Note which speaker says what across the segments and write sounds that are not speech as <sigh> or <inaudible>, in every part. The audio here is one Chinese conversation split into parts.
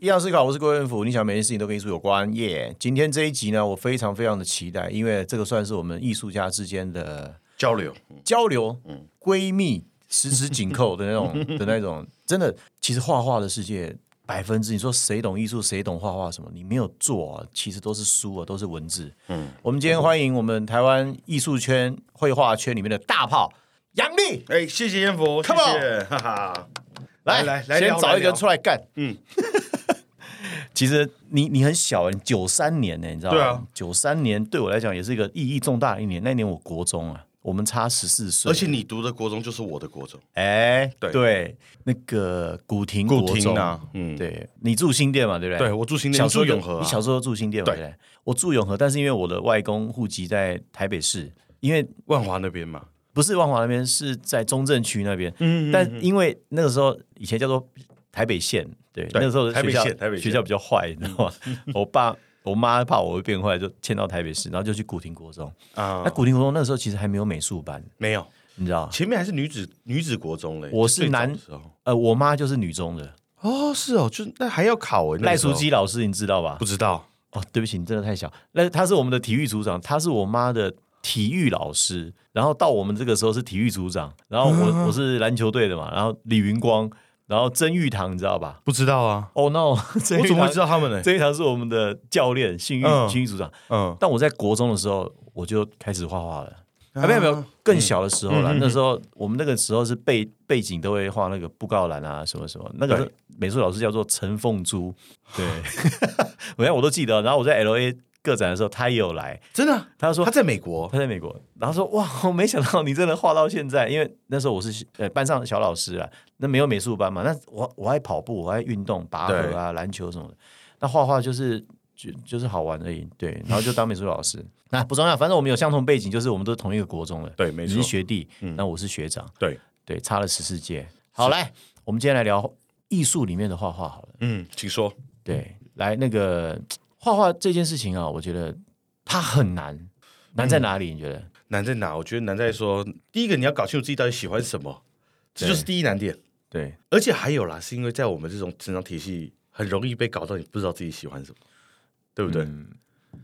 Speaker 1: 一样思考，我是郭元甫。你想每件事情都跟艺术有关耶今天这一集呢，我非常非常的期待，因为这个算是我们艺术家之间的
Speaker 2: 交流，嗯
Speaker 1: 交流，闺蜜十指紧扣的那
Speaker 2: <laughs>
Speaker 1: 种的那种，真的，其实画画的世界百分之你说谁懂艺术，谁懂画画什么，你没有做啊，其实都是书啊，都是文字。嗯，我们今天欢迎我们台湾艺术圈、绘画圈里面的大炮杨丽，
Speaker 2: 哎、谢谢燕佛，谢
Speaker 1: Come on
Speaker 2: 谢，哈哈，
Speaker 1: 来
Speaker 2: 来来
Speaker 1: 先
Speaker 2: 聊
Speaker 1: 找
Speaker 2: 来
Speaker 1: 一个人
Speaker 2: 聊
Speaker 1: 出来干。嗯， <laughs> 其实你你很小欸，你九三年呢、你知道
Speaker 2: 对
Speaker 1: 吗
Speaker 2: 啊？
Speaker 1: 九三年对我来讲也是一个意义重大的一年。那一年我国中啊，我们差十四岁，
Speaker 2: <laughs> 而且你读的国中就是我的国中，
Speaker 1: 哎，
Speaker 2: 对
Speaker 1: 那个古亭
Speaker 2: 古
Speaker 1: 国
Speaker 2: 亭
Speaker 1: 中
Speaker 2: 啊嗯
Speaker 1: 对你住新店嘛，对不对？
Speaker 2: 对我住新店
Speaker 1: 小时候
Speaker 2: 你住永和啊
Speaker 1: 你小时候住新店嘛，对
Speaker 2: 对
Speaker 1: 不对？我住永和，但是因为我的外公户籍在台北市，因为
Speaker 2: 万华那边嘛，
Speaker 1: 不是万华那边，是在中正区那边。
Speaker 2: 嗯
Speaker 1: 但因为那个时候以前叫做台北县，对，
Speaker 2: 对
Speaker 1: 那个时候
Speaker 2: 台北
Speaker 1: 学校
Speaker 2: 县台北县嗯
Speaker 1: 学校比较坏，你知
Speaker 2: <laughs>
Speaker 1: 道吗？我爸我妈怕我会变坏，就迁到台北市，然后就去古亭国中。
Speaker 2: 啊、
Speaker 1: 那古亭国中那个时候其实还没有美术班，
Speaker 2: 没有，
Speaker 1: 你知道？
Speaker 2: 前面还是女子女子国中嘞，
Speaker 1: 我是
Speaker 2: 最早
Speaker 1: 男
Speaker 2: 的时候
Speaker 1: 呃，我妈就是女中的
Speaker 2: 哦，是哦，就那还要考哎、那
Speaker 1: 赖
Speaker 2: 个时候
Speaker 1: 淑基老师，你知道吧
Speaker 2: 不？知道，
Speaker 1: 哦，对不起，你真的太小。那他是我们的体育组长，他是我妈的体育老师，然后到我们这个时候是体育组长，然后
Speaker 2: <laughs>
Speaker 1: 我、我是篮球队的嘛，然后李云光，然后曾玉堂，你知道吧？
Speaker 2: 不知道啊，
Speaker 1: 哦、no，
Speaker 2: <laughs> 我
Speaker 1: 我
Speaker 2: 怎么会知
Speaker 1: 道？
Speaker 2: 道他们呢？
Speaker 1: 曾玉堂是我们的教练，幸运
Speaker 2: 嗯
Speaker 1: 幸运组长。
Speaker 2: 嗯，
Speaker 1: 但我在国中的时候，我就开始画画了。啊，没有没有，
Speaker 2: 嗯
Speaker 1: 更小的时候了。那时候我们那个时候是背背景都会画那个布告栏啊，什么什么。那个
Speaker 2: 对
Speaker 1: 美术老师叫做陈凤
Speaker 2: <laughs>
Speaker 1: 珠，对， <laughs> 我看我都记得。然后我在 L A 个展的时候，他也有来，
Speaker 2: 真的啊，
Speaker 1: 他说
Speaker 2: 他在美国，
Speaker 1: 他在美国，然后说哇，我没想到你真的画到现在，因为那时候我是呃班上的小老师啊，那没有美术班嘛，那我我爱跑步，我爱运动，拔河啊、篮球什么的，那画画就是就就是好玩而已，对，然后就当美术老师，那不重要，反正我们有相同背景，就是我们都是同一个国中的，
Speaker 2: 对没
Speaker 1: 你
Speaker 2: 错嗯
Speaker 1: 是学弟，那我是学长，
Speaker 2: 对，
Speaker 1: 对，差了十四届。好，来，我们今天来聊艺术里面的画画好了。
Speaker 2: 嗯，请说，
Speaker 1: 对，
Speaker 2: 嗯
Speaker 1: 来那个画画这件事情啊，我觉得它很难，难
Speaker 2: 嗯
Speaker 1: 在哪里？你觉得？
Speaker 2: 难在哪？我觉得难在说，第一个你要搞清楚自己到底喜欢什么，这就是第一难点。
Speaker 1: 对，
Speaker 2: 而且还有啦，是因为在我们这种成长体系，很容易被搞到你不知道自己喜欢什么，对不对？
Speaker 1: 嗯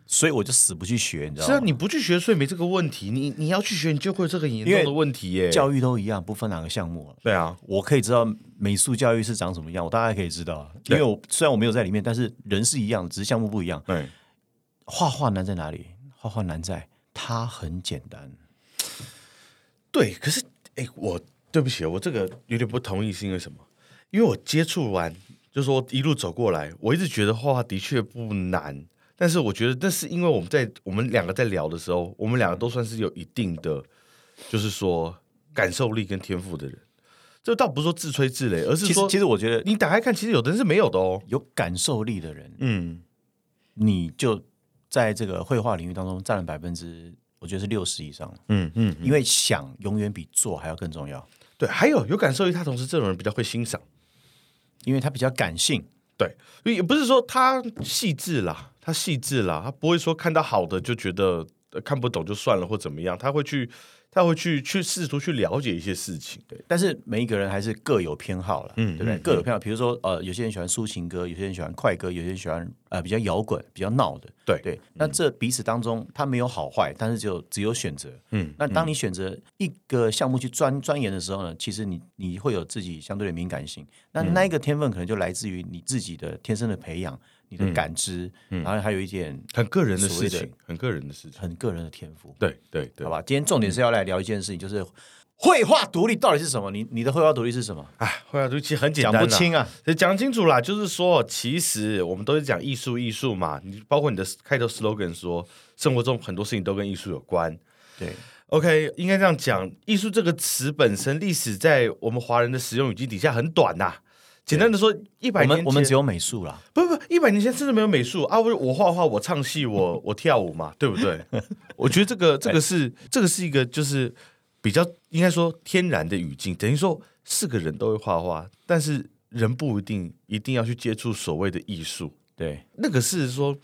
Speaker 1: 所以我就死不去学，你知道
Speaker 2: 嗯是
Speaker 1: 吗？
Speaker 2: 啊，你不去学，所以没这个问题。你你要去学，你就会有这个严重
Speaker 1: 因为
Speaker 2: 的问题耶。
Speaker 1: 教育都一样，不分哪个项目了。
Speaker 2: 对啊，
Speaker 1: 我可以知道美术教育是长什么样，我大概可以知道，啊因
Speaker 2: 对
Speaker 1: 为我虽然我没有在里面，但是人是一样的，只是项目不一样。
Speaker 2: 对，
Speaker 1: 画画难在哪里？画画难在它很简单。
Speaker 2: 对。可是，哎，我对不起，我这个有点不同意，是因为什么？因为我接触完，就是说一路走过来，我一直觉得画画的确不难，但是我觉得那是因为我们在我们两个在聊的时候，我们两个都算是有一定的，就是说感受力跟天赋的人。这倒不是说自吹自擂，而是
Speaker 1: 其实
Speaker 2: 说，
Speaker 1: 其实我觉得
Speaker 2: 你打开看，其实有的人是没有的哦。
Speaker 1: 有感受力的人，
Speaker 2: 嗯，
Speaker 1: 你就在这个绘画领域当中占了百分之，我觉得是六十以上了。
Speaker 2: 嗯嗯，
Speaker 1: 因为想永远比做还要更重要，
Speaker 2: 对。还有有感受力，他同时这种人比较会欣赏，
Speaker 1: 因为它比较感性。
Speaker 2: 对，也不是说他细致啦，他细致啦，他不会说看到好的就觉得、呃看不懂就算了或怎么样，他会去他会去去试图去了解一些事情。对，
Speaker 1: 但是每一个人还是各有偏好了，嗯，对不对？各有偏好，比如说呃，有些人喜欢抒情歌，有些人喜欢快歌，有些人喜欢呃比较摇滚、比较闹的，
Speaker 2: 对
Speaker 1: 对。那这彼此当中，它没有好坏，但是只有只有选择，嗯。那当你选择一个项目去钻钻研的时候呢，其实你你会有自己相对的敏感性，那那一个天分可能就来自于你自己的天生的培养、你的感知，然后还有一点
Speaker 2: 很个人的
Speaker 1: 所谓
Speaker 2: 事
Speaker 1: 的
Speaker 2: 情，很个人的事情。
Speaker 1: 很个人的天赋。
Speaker 2: 对对对
Speaker 1: 好，吧，今天重点是要来聊一件事情，就是绘画独立到底是什么？你你的绘画独立是什么？
Speaker 2: 哎，绘画东西很简
Speaker 1: 讲
Speaker 2: 单啦，
Speaker 1: 不清啊。
Speaker 2: 所以讲清楚啦，就是说，哦其实我们都是讲艺术，艺术嘛。你包括你的开头 slogan 说，生活中很多事情都跟艺术有关。
Speaker 1: 对，
Speaker 2: OK，应该这样讲，艺术这个词本身历史在我们华人的使用语境底下很短呐、简单的说，一百
Speaker 1: 我
Speaker 2: 年
Speaker 1: 们
Speaker 2: 前
Speaker 1: 我们只有美术啦，
Speaker 2: 不不，一百年前甚至没有美术啊！我我画画，我唱戏，我我跳舞嘛，对不对？我觉得这个这个是这个是一个就是比较应该说天然的语境，等于说是个人都会画画，但是人不一定一定要去接触所谓的艺术，
Speaker 1: 对，
Speaker 2: 那个是说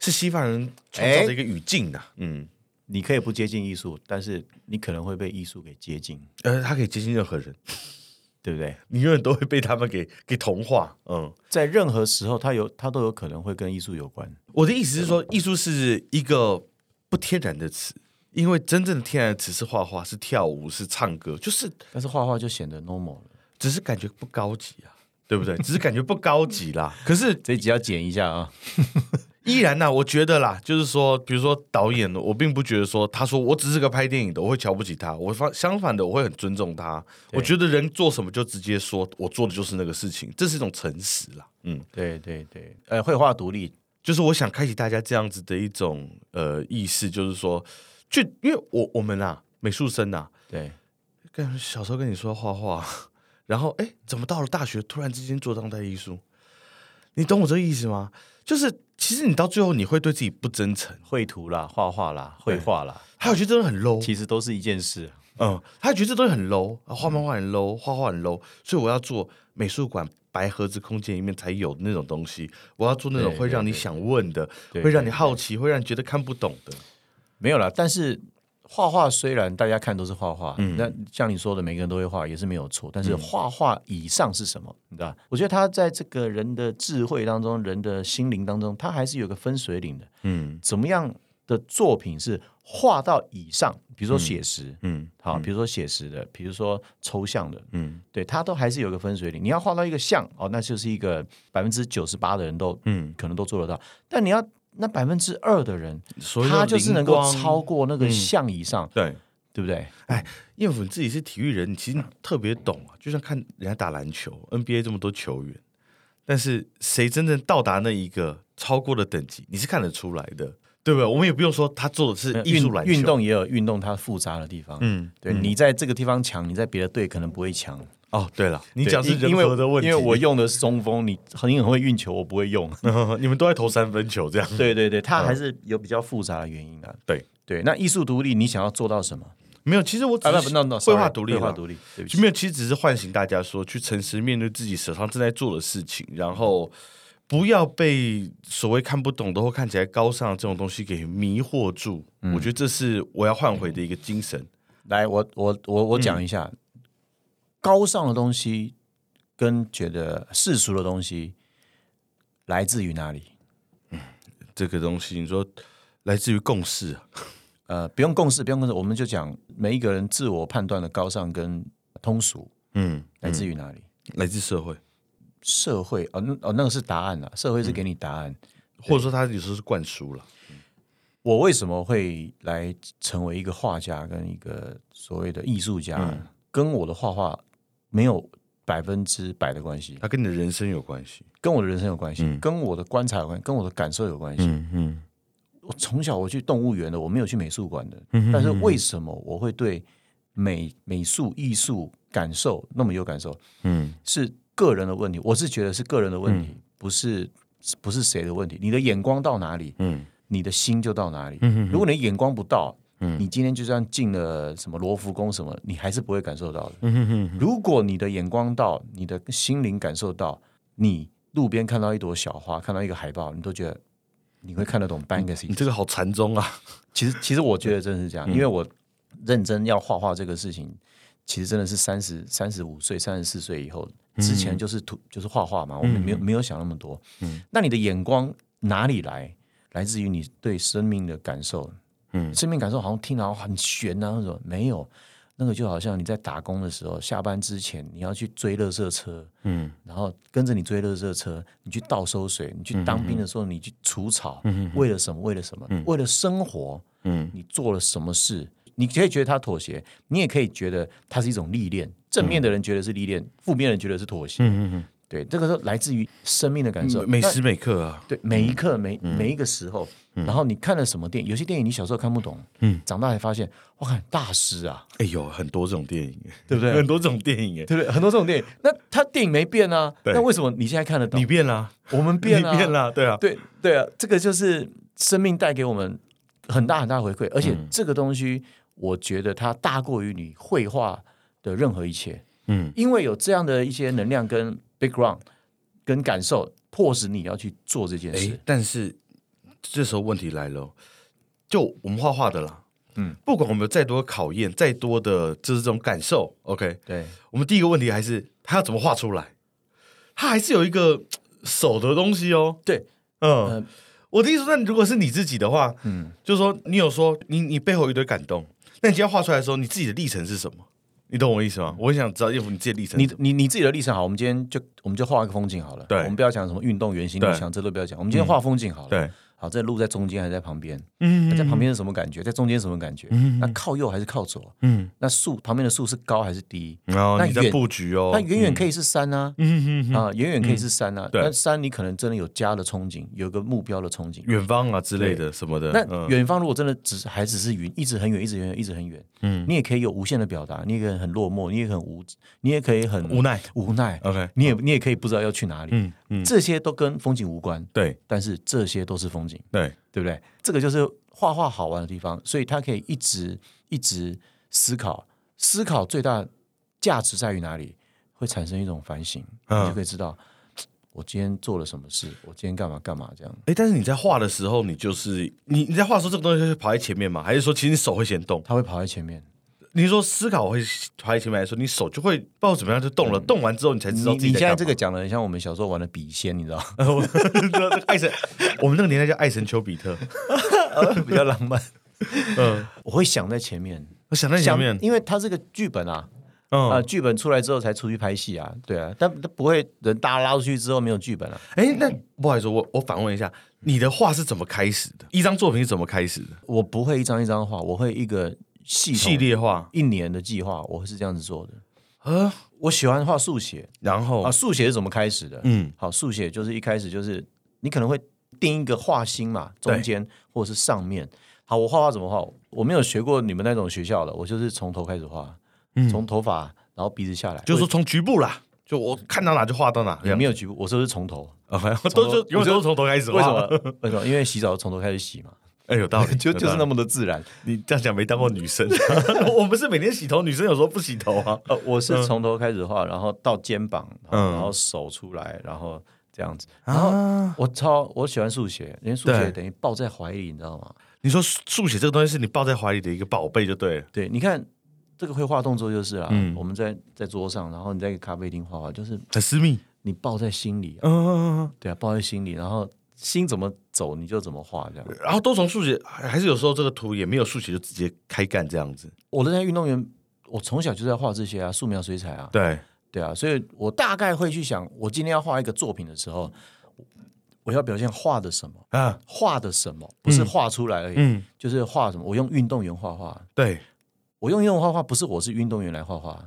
Speaker 2: 是西方人创造的一个语境呐、嗯，
Speaker 1: 你可以不接近艺术，但是你可能会被艺术给接近。
Speaker 2: 呃，他可以接近任何人，
Speaker 1: 对不对？
Speaker 2: 你永远都会被他们给 <laughs> 给同化。嗯，
Speaker 1: 在任何时候，它有它都有可能会跟艺术有关。
Speaker 2: 我的意思是说，艺术是一个不天然的词，因为真正的天然的词是画画、是跳舞、是唱歌，就是
Speaker 1: 但是画画就显得 normal 了。
Speaker 2: 只是感觉不高级啊，对 <laughs> 不对？只是感觉不高级啦。可是
Speaker 1: 这一集要剪一下啊，
Speaker 2: 依然呢、我觉得啦，就是说，比如说导演，我并不觉得说他说我只是个拍电影的，我会瞧不起他，我反相反的，我会很尊重他。
Speaker 1: 对
Speaker 2: 我觉得人做什么就直接说，我做的就是那个事情，这是一种诚实啦。嗯，
Speaker 1: 对对对，呃，绘画独立，
Speaker 2: 就是我想开启大家这样子的一种呃意识，就是说，就因为我我们啊，美术生啊，
Speaker 1: 对
Speaker 2: 跟小时候跟你说画画，然后哎，诶怎么到了大学突然之间做当代艺术？你懂我这个意思吗？就是其实你到最后你会对自己不真诚，
Speaker 1: 绘图啦、画画啦、绘画啦，
Speaker 2: 还有觉得这东西很 low，
Speaker 1: 其实都是一件事。啊
Speaker 2: 嗯，他觉得这东西很 low，啊画漫画很 low，画画很 low，所以我要做美术馆白盒子空间里面才有的那种东西，我要做那种
Speaker 1: 对
Speaker 2: 会让
Speaker 1: 对
Speaker 2: 你
Speaker 1: 对
Speaker 2: 想问的，
Speaker 1: 对
Speaker 2: 会让你好奇，会让你觉得看不懂的。
Speaker 1: 没有啦，但是画画虽然大家看都是画画，
Speaker 2: 嗯
Speaker 1: 那像你说的，每个人都会画也是没有错。但是画画以上是什么？你
Speaker 2: 嗯
Speaker 1: 知道吧？我觉得他在这个人的智慧当中，人的心灵当中，他还是有个分水岭的。
Speaker 2: 嗯
Speaker 1: 怎么样的作品是画到以上？比如说写实，
Speaker 2: 嗯
Speaker 1: 好，比如说写实的，比如说抽象的，
Speaker 2: 嗯
Speaker 1: 对，它都还是有个分水岭。你要画到一个像哦，那就是一个百分之九十八的人都
Speaker 2: 嗯，
Speaker 1: 可能都做得到，但你要那百分之二的人，
Speaker 2: 所以
Speaker 1: 他就是能够超过那个
Speaker 2: 嗯
Speaker 1: 像以上，
Speaker 2: 对。
Speaker 1: 对不对？
Speaker 2: 燕府你自己是体育人，你其实特别懂啊，就像看人家打篮球，NBA 这么多球员，但是谁真正到达那一个超过的等级，你是看得出来的，对不对？我们也不用说他做的是呃艺术篮球，
Speaker 1: 运运动也有运动它复杂的地方，
Speaker 2: 嗯，
Speaker 1: 对你在这个地方强，你在别的队可能不会强。
Speaker 2: 哦，对了，你
Speaker 1: 对
Speaker 2: 讲是
Speaker 1: 因
Speaker 2: 人
Speaker 1: 因为
Speaker 2: 和的问题，
Speaker 1: 因为我用的是中锋，你很你很会运球，我不会
Speaker 2: <laughs>
Speaker 1: 用。
Speaker 2: 我你们都在投三分球这样，
Speaker 1: 对对对，它还是有比较复杂的原因啊。
Speaker 2: 对
Speaker 1: 对，那艺术独立你想要做到什么？
Speaker 2: 没有，其实我只
Speaker 1: 啊，
Speaker 2: 是
Speaker 1: 那不那那
Speaker 2: 绘画独立，
Speaker 1: 绘画独立，对不起。
Speaker 2: 没有，其实只是唤醒大家说，去诚实面对自己手上正在做的事情，然后不要被所谓看不懂的或看起来高尚的这种东西给迷惑住。我觉得这是我要换回的一个精神。
Speaker 1: 来，我我我我讲一下、
Speaker 2: 嗯
Speaker 1: 高尚的东西跟觉得世俗的东西来自于哪里？
Speaker 2: 这个东西，你说来自于共识啊，
Speaker 1: 呃，不用共识，不用共识，我们就讲每一个人自我判断的高尚跟通俗
Speaker 2: 嗯，
Speaker 1: 来自于哪里？
Speaker 2: 来自社会，
Speaker 1: 社会哦，那哦那个是答案
Speaker 2: 嗯
Speaker 1: 啊，社会是给你答案。
Speaker 2: 或者说它有时候是灌输了。
Speaker 1: 我为什么会来成为一个画家跟一个所谓的艺术家，
Speaker 2: 嗯
Speaker 1: 跟我的画画没有百分之百的关系，
Speaker 2: 它跟你的人生有关系。
Speaker 1: 跟我的人生有关系，跟我的观察有关，跟我的感受有关系。
Speaker 2: 嗯嗯
Speaker 1: 我从小我去动物园的，我没有去美术馆的，
Speaker 2: 嗯
Speaker 1: 但是为什么我会对美美术艺术感受那么有感受？
Speaker 2: 嗯，
Speaker 1: 是个人的问题，我是觉得是个人的问题，不是不是谁的问题。你的眼光到哪里，
Speaker 2: 嗯，
Speaker 1: 你的心就到哪里。如果你的眼光不到，你今天就算进了什么罗浮宫什么，你还是不会感受到的。如果你的眼光到，你的心灵感受到，你路边看到一朵小花，看到一个海报，你都觉得你会看得懂 Banksy
Speaker 2: 你这个好禅宗啊。
Speaker 1: 其实，其实我觉得真的是这样，因为我认真要画画这个事情，其实真的是三十三十五岁、三十四岁以后，之前就是图、就是画画嘛，我们没有、没有想那么多。
Speaker 2: 嗯
Speaker 1: 那你的眼光哪里来？来自于你对生命的感受。
Speaker 2: 嗯
Speaker 1: 生命感受好像听到很悬啊，那种没有。那个就好像你在打工的时候，下班之前你要去追垃圾车，
Speaker 2: 嗯，
Speaker 1: 然后跟着你追垃圾车，你去倒收水，你去当兵
Speaker 2: 嗯
Speaker 1: 的时候，你去除草，为了什么？为了什么？为了生活，
Speaker 2: 嗯，
Speaker 1: 你做了什么事？你可以觉得他妥协，你也可以觉得它是一种历练。正面的人觉得是历练，负面的人觉得是妥协。
Speaker 2: 嗯嗯
Speaker 1: 对，这个是来自于生命的感受。
Speaker 2: 每
Speaker 1: 那
Speaker 2: 时每刻啊，
Speaker 1: 对每一刻每、每一个时候，然后你看了什么电影？有些电影你小时候看不懂，嗯，长大才发现，哇，看大师啊，
Speaker 2: 哎呦，很多这种电影，
Speaker 1: 对不对
Speaker 2: <laughs> 很多这种电影，哎，
Speaker 1: 对不对？很多这种电影，那他电影没变啊，
Speaker 2: 对
Speaker 1: 那为什么你现在看得懂？
Speaker 2: 你变了，啊
Speaker 1: 我们变了、
Speaker 2: 你变了，对啊，
Speaker 1: 对对啊，这个就是生命带给我们很大很大回馈，而且这个东西，我觉得它大过于你绘画的任何一切，
Speaker 2: 嗯
Speaker 1: 因为有这样的一些能量跟 background 跟感受，迫使你要去做这件
Speaker 2: 哎
Speaker 1: 事。，
Speaker 2: 但是这时候问题来了哦，就我们画画的啦，嗯，不管我们有再多考验，再多的就是这种感受，OK，
Speaker 1: 对，
Speaker 2: 我们第一个问题还是他要怎么画出来，他还是有一个嘖手的东西哦。
Speaker 1: 对，
Speaker 2: 嗯，
Speaker 1: 嗯
Speaker 2: 我的意思说，那如果是你自己的话，
Speaker 1: 嗯，
Speaker 2: 就是说你有说你你背后有一堆感动，那你今天画出来的时候，你自己的历程是什么？你懂我意思吗？我很想知道，要不你自己的历程是
Speaker 1: 你
Speaker 2: 什么，
Speaker 1: 你你自己的历程好，我们今天就我们就画一个风景好了。
Speaker 2: 对
Speaker 1: 我们不要讲什么运动员心
Speaker 2: 对嗯
Speaker 1: 理想，这都不要讲。我们今天画风景好了。
Speaker 2: 对，
Speaker 1: 好，这路在中间还是在旁边？
Speaker 2: 嗯
Speaker 1: 那在旁边是什么感觉？在中间是什么感觉？那靠右还是靠左？
Speaker 2: 嗯，
Speaker 1: 那树旁边的树是高还是低？
Speaker 2: 然后
Speaker 1: 那
Speaker 2: 你在
Speaker 1: 远
Speaker 2: 布局哦，
Speaker 1: 那远远可以是山啊，
Speaker 2: 嗯嗯嗯，
Speaker 1: 啊，远远可以是山啊。
Speaker 2: 对
Speaker 1: 那山你可能真的有家的憧憬，有个目标的憧憬。
Speaker 2: 远方啊之类的什么的，
Speaker 1: 那
Speaker 2: 嗯
Speaker 1: 远方如果真的只是还只是云，一直很远，一直很远，一直很远，
Speaker 2: 嗯
Speaker 1: 嗯，你也可以有无限的表达，你也可以很落寞，你也很无，你也可以很
Speaker 2: 无奈
Speaker 1: 无奈，
Speaker 2: ，OK，
Speaker 1: 你也你也可以不知道要去哪里，
Speaker 2: 嗯嗯，
Speaker 1: 这些都跟风景无关，
Speaker 2: 对
Speaker 1: 但是这些都是风景，
Speaker 2: 对，
Speaker 1: 对不对？这个就是画画好玩的地方，所以它可以一直一直思考，思考最大价值在于哪里，会产生一种反省，
Speaker 2: 嗯
Speaker 1: 你就可以知道。我今天做了什么事？我今天干嘛干嘛？这样
Speaker 2: 哎，但是你在画的时候，你就是你你在画的时候，这个东西会跑在前面吗？还是说其实你手会先动？
Speaker 1: 他会跑在前面，
Speaker 2: 你是说思考会跑在前面，还是说你手就会不知道怎么样就动了？动完嗯之后你才知道
Speaker 1: 你
Speaker 2: 自己
Speaker 1: 你现在这
Speaker 2: 干
Speaker 1: 个讲的很像我们小时候玩的笔仙，你知道
Speaker 2: <laughs>
Speaker 1: 吗？
Speaker 2: 嘛艾神，我们那个年代叫艾神丘比特。
Speaker 1: 比较浪漫。
Speaker 2: 嗯，
Speaker 1: 我会想在前面，
Speaker 2: 我想在前面
Speaker 1: 想，因为它这个剧本啊，啊、
Speaker 2: 嗯，
Speaker 1: 剧本出来之后才出去拍戏啊，对啊，但但不会人大家拉出去之后没有剧本啊。
Speaker 2: 哎，那不好意思，我我反问一下，你的画是怎么开始的？一张作品是怎么开始的？
Speaker 1: 我不会一张一张画，我会一个系统
Speaker 2: 系列画
Speaker 1: 一年的计划，我是这样子做的。
Speaker 2: 啊，
Speaker 1: 我喜欢画速写
Speaker 2: 然后
Speaker 1: 啊，速写是怎么开始的？
Speaker 2: 嗯，
Speaker 1: 好，速写就是一开始就是你可能会定一个画心嘛，中间或者是上面。好，我画画怎么画？我没有学过你们那种学校的，我就是从头开始画，从头发然后鼻子下来，
Speaker 2: 嗯就是说从局部啦，就我看到哪就画到哪，
Speaker 1: 也
Speaker 2: 有
Speaker 1: 没有局部，我说是从头。
Speaker 2: <laughs> 都就永远都是嗯从头开始
Speaker 1: <laughs>
Speaker 2: 画。
Speaker 1: 为什么？？为什么？因为洗澡从头开始洗嘛，
Speaker 2: 哎，有 <laughs> 道理，
Speaker 1: <laughs> 就
Speaker 2: 有道理
Speaker 1: 就是那么的自 <laughs> 然。
Speaker 2: 你这样讲没当过女 <laughs> 生，我们是每天洗头，女生有时候不洗头
Speaker 1: <laughs>
Speaker 2: 啊。
Speaker 1: 呃，我是从头开始画，然后到肩膀，然
Speaker 2: 嗯
Speaker 1: 后然后手出来，然后这样子。然后
Speaker 2: 啊，
Speaker 1: 我超我喜欢速写，因为速写
Speaker 2: 对
Speaker 1: 等于抱在怀里，你知道吗？
Speaker 2: 你说速写这个东西是你抱在怀里的一个宝贝就对了。
Speaker 1: 对，你看这个绘画动作就是啊，
Speaker 2: 嗯
Speaker 1: 我们在在桌上，然后你在咖啡厅画画，就是
Speaker 2: 很私密。
Speaker 1: 你抱在心里、啊，
Speaker 2: 嗯，
Speaker 1: 对啊，抱在心里，然后心怎么走你就怎么画这样。
Speaker 2: 然后都从速写，还还是有时候这个图也没有速写就直接开干这样子。
Speaker 1: 我的那些运动员，我从小就在画这些啊，素描、水彩啊，
Speaker 2: 对，
Speaker 1: 对啊，所以我大概会去想，我今天要画一个作品的时候，我要表现画的什么，
Speaker 2: 啊，
Speaker 1: 画的什么，不是画出来而已，
Speaker 2: 嗯，
Speaker 1: 就是画什么。我用运动员画画，
Speaker 2: 对，
Speaker 1: 我用运动员画画，不是我是运动员来画画，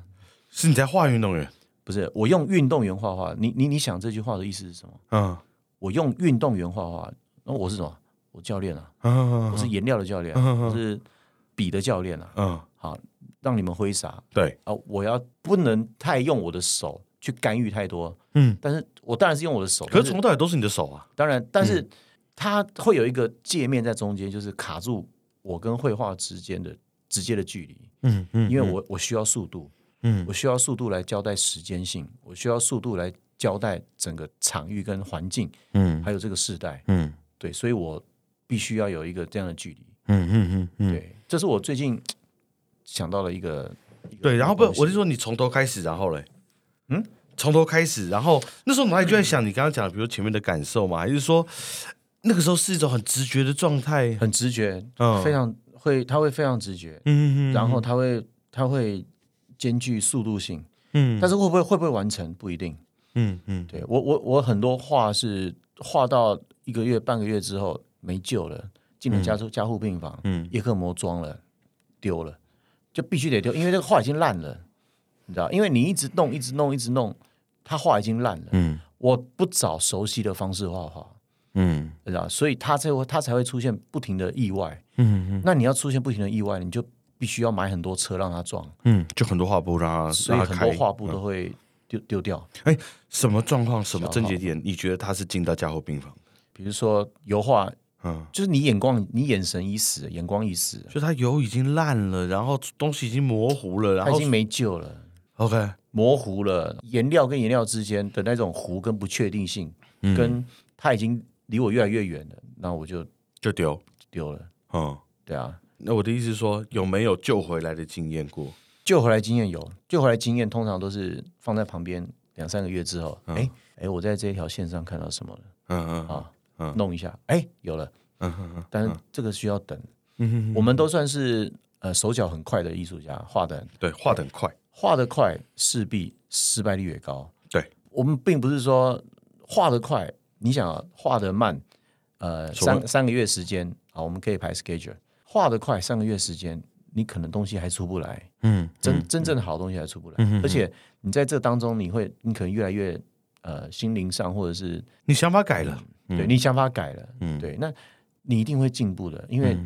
Speaker 2: 是你在画运动员。
Speaker 1: 不是我用运动员画画。你你你想这句话的意思是什么？
Speaker 2: 嗯
Speaker 1: 我用运动员画画，那我是什么？我教练啊，
Speaker 2: 嗯
Speaker 1: 我是颜料的教练啊，
Speaker 2: 嗯嗯嗯
Speaker 1: 我是笔的教练啊。
Speaker 2: 嗯，
Speaker 1: 好，让你们挥洒
Speaker 2: 对，
Speaker 1: 啊！我要不能太用我的手去干预太多，
Speaker 2: 嗯。
Speaker 1: 但是我当然是用我的手，
Speaker 2: 可
Speaker 1: 但
Speaker 2: 是从头到尾都是你的手啊。
Speaker 1: 当然，但是它会有一个界面在中间，就是卡住我跟绘画之间的直接的距离，
Speaker 2: 嗯嗯
Speaker 1: 因为我我需要速度，
Speaker 2: 嗯
Speaker 1: 我需要速度来交代时间性，我需要速度来交代整个场域跟环境，
Speaker 2: 嗯
Speaker 1: 还有这个世代，
Speaker 2: 嗯
Speaker 1: 对，所以我必须要有一个这样的距离，
Speaker 2: 嗯嗯嗯
Speaker 1: 对，这是我最近想到的一个，一个
Speaker 2: 对，然后不，
Speaker 1: 东西
Speaker 2: 我就说你从头开始，然后嘞，嗯，从头开始，然后那时候脑海就在想你刚刚讲的，比如前面的感受嘛，还是说那个时候是一种很直觉的状态？
Speaker 1: 很直觉，
Speaker 2: 嗯
Speaker 1: 非常会，他会非常直觉，
Speaker 2: 嗯
Speaker 1: 然后他会他会兼具速度性。
Speaker 2: 嗯
Speaker 1: 但是会不会会不会完成不一定。
Speaker 2: 嗯嗯，
Speaker 1: 对我我我很多画是画到一个月半个月之后没救了，进了加护加护病房，
Speaker 2: 嗯
Speaker 1: 嗯，叶克膜装了，丢了，就必须得丢，因为这个画已经烂了，你知道，因为你一直弄一直弄一直弄，它画已经烂了。
Speaker 2: 嗯
Speaker 1: 我不找熟悉的方式画画，
Speaker 2: 嗯
Speaker 1: 你知道，所以它才会它才会出现不停的意外。
Speaker 2: 嗯
Speaker 1: 那你要出现不停的意外，你就必须要买很多车让它撞，
Speaker 2: 嗯，就很多画布让它
Speaker 1: 所以
Speaker 2: 让它
Speaker 1: 很
Speaker 2: 开嗯
Speaker 1: 多画布都会丢丢掉。
Speaker 2: 哎，什么状况，什么症结点，你觉得他是进到加护病房？
Speaker 1: 比如说油画，
Speaker 2: 嗯，
Speaker 1: 就是你眼光，你眼神已死，眼光已死，
Speaker 2: 就他油已经烂了，然后东西已经模糊了，然
Speaker 1: 它
Speaker 2: 后
Speaker 1: 已经没救了，
Speaker 2: OK，
Speaker 1: 模糊了。颜料跟颜料之间的那种糊跟不确定性，
Speaker 2: 嗯
Speaker 1: 跟它已经离我越来越远了，那我就
Speaker 2: 就丢，
Speaker 1: 丢了。
Speaker 2: 嗯，
Speaker 1: 对啊，
Speaker 2: 那我的意思是说，有没有救回来的经验过？
Speaker 1: 救回来经验有，救回来经验通常都是放在旁边两三个月之后，哎、哎，我在这条线上看到什么了
Speaker 2: 嗯嗯嗯
Speaker 1: 啊？弄一下，哎，有了，
Speaker 2: 嗯嗯嗯
Speaker 1: 但是这个需要等。
Speaker 2: 嗯哼哼，
Speaker 1: 我们都算是呃手脚很快的艺术家，画的
Speaker 2: 对，画的很快，
Speaker 1: 画得快，势必失败率越高。
Speaker 2: 对，
Speaker 1: 我们并不是说画得快，你想啊画得慢，呃，
Speaker 2: 所谓
Speaker 1: 三三个月时间啊，我们可以排 schedule。画得快，三个月时间，你可能东西还出不来，
Speaker 2: 嗯，
Speaker 1: 真、真正的好东西还出不来。
Speaker 2: 嗯嗯嗯
Speaker 1: 而且你在这当中，你会你可能越来越呃心灵上或者是
Speaker 2: 你想法改了，
Speaker 1: 对你想法改了，
Speaker 2: 嗯
Speaker 1: 对，那你一定会进步的，因为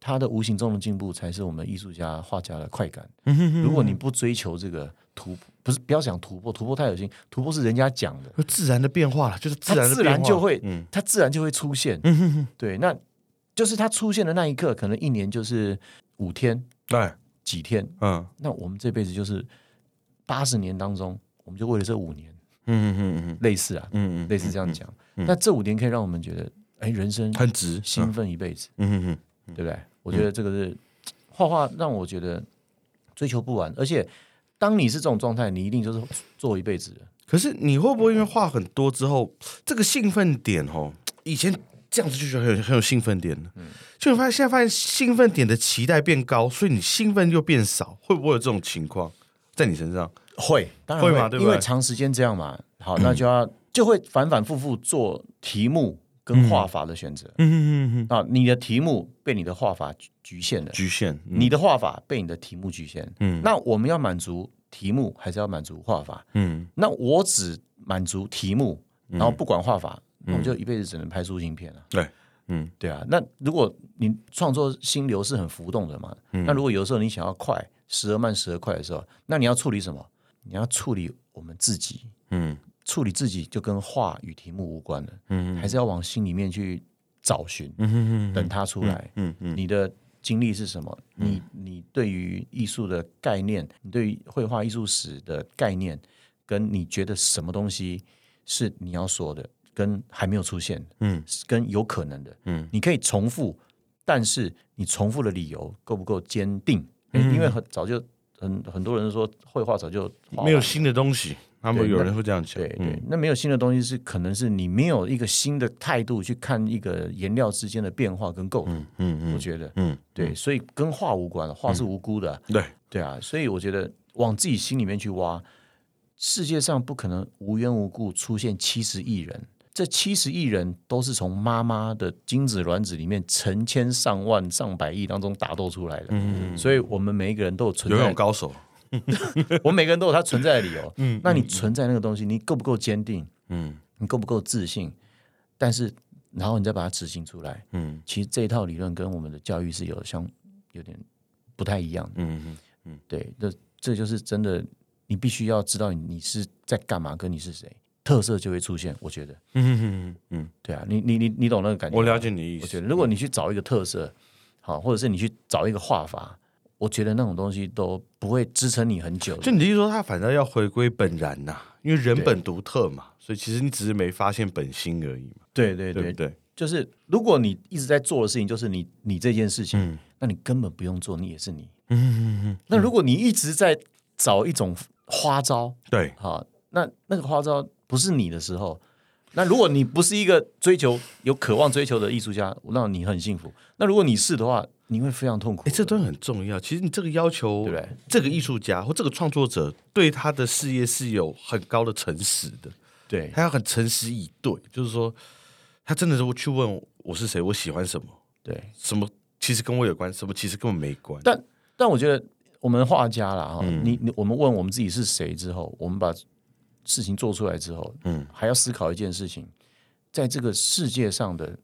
Speaker 1: 他的无形中的进步才是我们艺术家、画家的快感。
Speaker 2: 嗯
Speaker 1: 如果你不追求这个突破，不是不要想突破，突破太恶心，突破是人家讲的，
Speaker 2: 就自然的变化了，就是自
Speaker 1: 它
Speaker 2: 然的
Speaker 1: 自然
Speaker 2: 变化
Speaker 1: 就会
Speaker 2: 嗯
Speaker 1: 它自然就会出现。
Speaker 2: 嗯哼哼，
Speaker 1: 对，那就是它出现的那一刻，可能一年就是五天、
Speaker 2: 对，
Speaker 1: 几天，
Speaker 2: 嗯
Speaker 1: 那我们这辈子就是八十年当中，我们就为了这五年，
Speaker 2: 嗯嗯嗯
Speaker 1: 类似啊，
Speaker 2: 嗯嗯
Speaker 1: 类似这样讲。那这五年可以让我们觉得，哎，人生
Speaker 2: 很直，
Speaker 1: 兴奋一辈子。
Speaker 2: 嗯哼哼，
Speaker 1: 对不对？我觉得这个是画画让我觉得追求不完，而且当你是这种状态，你一定就是做一辈子的。
Speaker 2: 可是你会不会因为画很多之后，这个兴奋点哦，以前这样子就觉得很有很有兴奋点呢？就你发现现在发现兴奋点的期待变高，所以你兴奋又变少，会不会有这种情况在你身上？
Speaker 1: 会，当然
Speaker 2: 会嘛对不
Speaker 1: 因
Speaker 2: 对嗯
Speaker 1: 为长时间这样嘛，好，那就要就会反反复复做题目跟画法的选择
Speaker 2: 嗯嗯嗯，
Speaker 1: 啊。你的题目被你的画法局局限了，
Speaker 2: 局限，嗯
Speaker 1: 你的画法被你的题目局限。
Speaker 2: 嗯
Speaker 1: 那我们要满足题目，还是要满足画法？
Speaker 2: 嗯
Speaker 1: 那我只满足题目，然后不管画法，那我就一辈子只能拍抒情片了。
Speaker 2: 嗯对，嗯
Speaker 1: 对啊，那如果你创作心流是很浮动的嘛，
Speaker 2: 嗯
Speaker 1: 那如果有时候你想要快，时而慢，时而快的时候，那你要处理什么？你要处理我们自己，
Speaker 2: 嗯
Speaker 1: 处理自己就跟话与题目无关了，
Speaker 2: 嗯
Speaker 1: 还是要往心里面去找寻，
Speaker 2: 嗯嗯
Speaker 1: 等它出来。
Speaker 2: 嗯嗯
Speaker 1: 你的经历是什么？你你对于艺术的概念，你对于绘画艺术史的概念，跟你觉得什么东西是你要说的，跟还没有出现，
Speaker 2: 嗯，
Speaker 1: 跟有可能的，
Speaker 2: 嗯，
Speaker 1: 你可以重复，但是你重复的理由够不够坚定？嗯、因为很早就很很多人说绘画早就画完
Speaker 2: 没有
Speaker 1: 了
Speaker 2: 新的东西，他们
Speaker 1: 对
Speaker 2: 有
Speaker 1: 那
Speaker 2: 人会这样讲，
Speaker 1: 对对，那没有新的东西是可能是你没有一个新的态度去看一个颜料之间的变化跟构图，
Speaker 2: 嗯嗯
Speaker 1: 我
Speaker 2: 嗯
Speaker 1: 觉得。
Speaker 2: 嗯，
Speaker 1: 对，所以跟画无关，画是无辜的啊、
Speaker 2: 对，
Speaker 1: 对啊，所以我觉得往自己心里面去挖，世界上不可能无缘无故出现七十亿人，这七十亿人都是从妈妈的精子卵子里面成千上万、上百亿当中打斗出
Speaker 2: 嗯
Speaker 1: 来的，所以我们每一个人都有存
Speaker 2: 游
Speaker 1: 在
Speaker 2: 泳，高手，
Speaker 1: 我们每个人都有他存在的理
Speaker 2: <laughs>
Speaker 1: 由。嗯，那你存在那个东西，你够不够坚定？
Speaker 2: 嗯
Speaker 1: 你够不够自信？但是，然后你再把它执行出来，
Speaker 2: 嗯
Speaker 1: 其实这一套理论跟我们的教育是有相有点不太一样的。
Speaker 2: 嗯
Speaker 1: 对，这这就是真的，你必须要知道你你是在干嘛，跟你是谁，特色就会出现。我觉得，
Speaker 2: 嗯嗯嗯，
Speaker 1: 对啊，你你你你懂那个感觉吗？
Speaker 2: 我了解你的意
Speaker 1: 我觉
Speaker 2: 思，
Speaker 1: 得，如果你去找一个特色，好，或者是你去找一个画法，我觉得那种东西都不会支撑你很久的。
Speaker 2: 就你的意思说，他反正要回归本然呐，因为人本独特嘛，所以其实你只是没发现本心而已嘛，
Speaker 1: 对对
Speaker 2: 对
Speaker 1: 对
Speaker 2: 不，对？
Speaker 1: 就是如果你一直在做的事情就是你你这件事情，
Speaker 2: 嗯
Speaker 1: 那你根本不用做，你也是你。
Speaker 2: 嗯嗯，
Speaker 1: 那如果你一直在找一种花招，
Speaker 2: 对，
Speaker 1: 好，那那个花招不是你的时候，那如果你不是一个追求有渴望追求的艺术家，那你很幸福。那如果你是的话，你会非常痛苦的。
Speaker 2: 哎，这段很重要。其实你这个要求，
Speaker 1: 对不对
Speaker 2: 这个艺术家或这个创作者对他的事业是有很高的诚实的，
Speaker 1: 对
Speaker 2: 他要很诚实以对，就是说，他真的是去问我是谁，我喜欢什么。
Speaker 1: 对，
Speaker 2: 什么其实跟我有关，什么其实根本没关。
Speaker 1: 但但我觉得我们画家啦，哈、你你我们问我们自己是谁之后，我们把事情做出来之后，
Speaker 2: 嗯
Speaker 1: 嗯，还要思考一件事情，在这个世界上的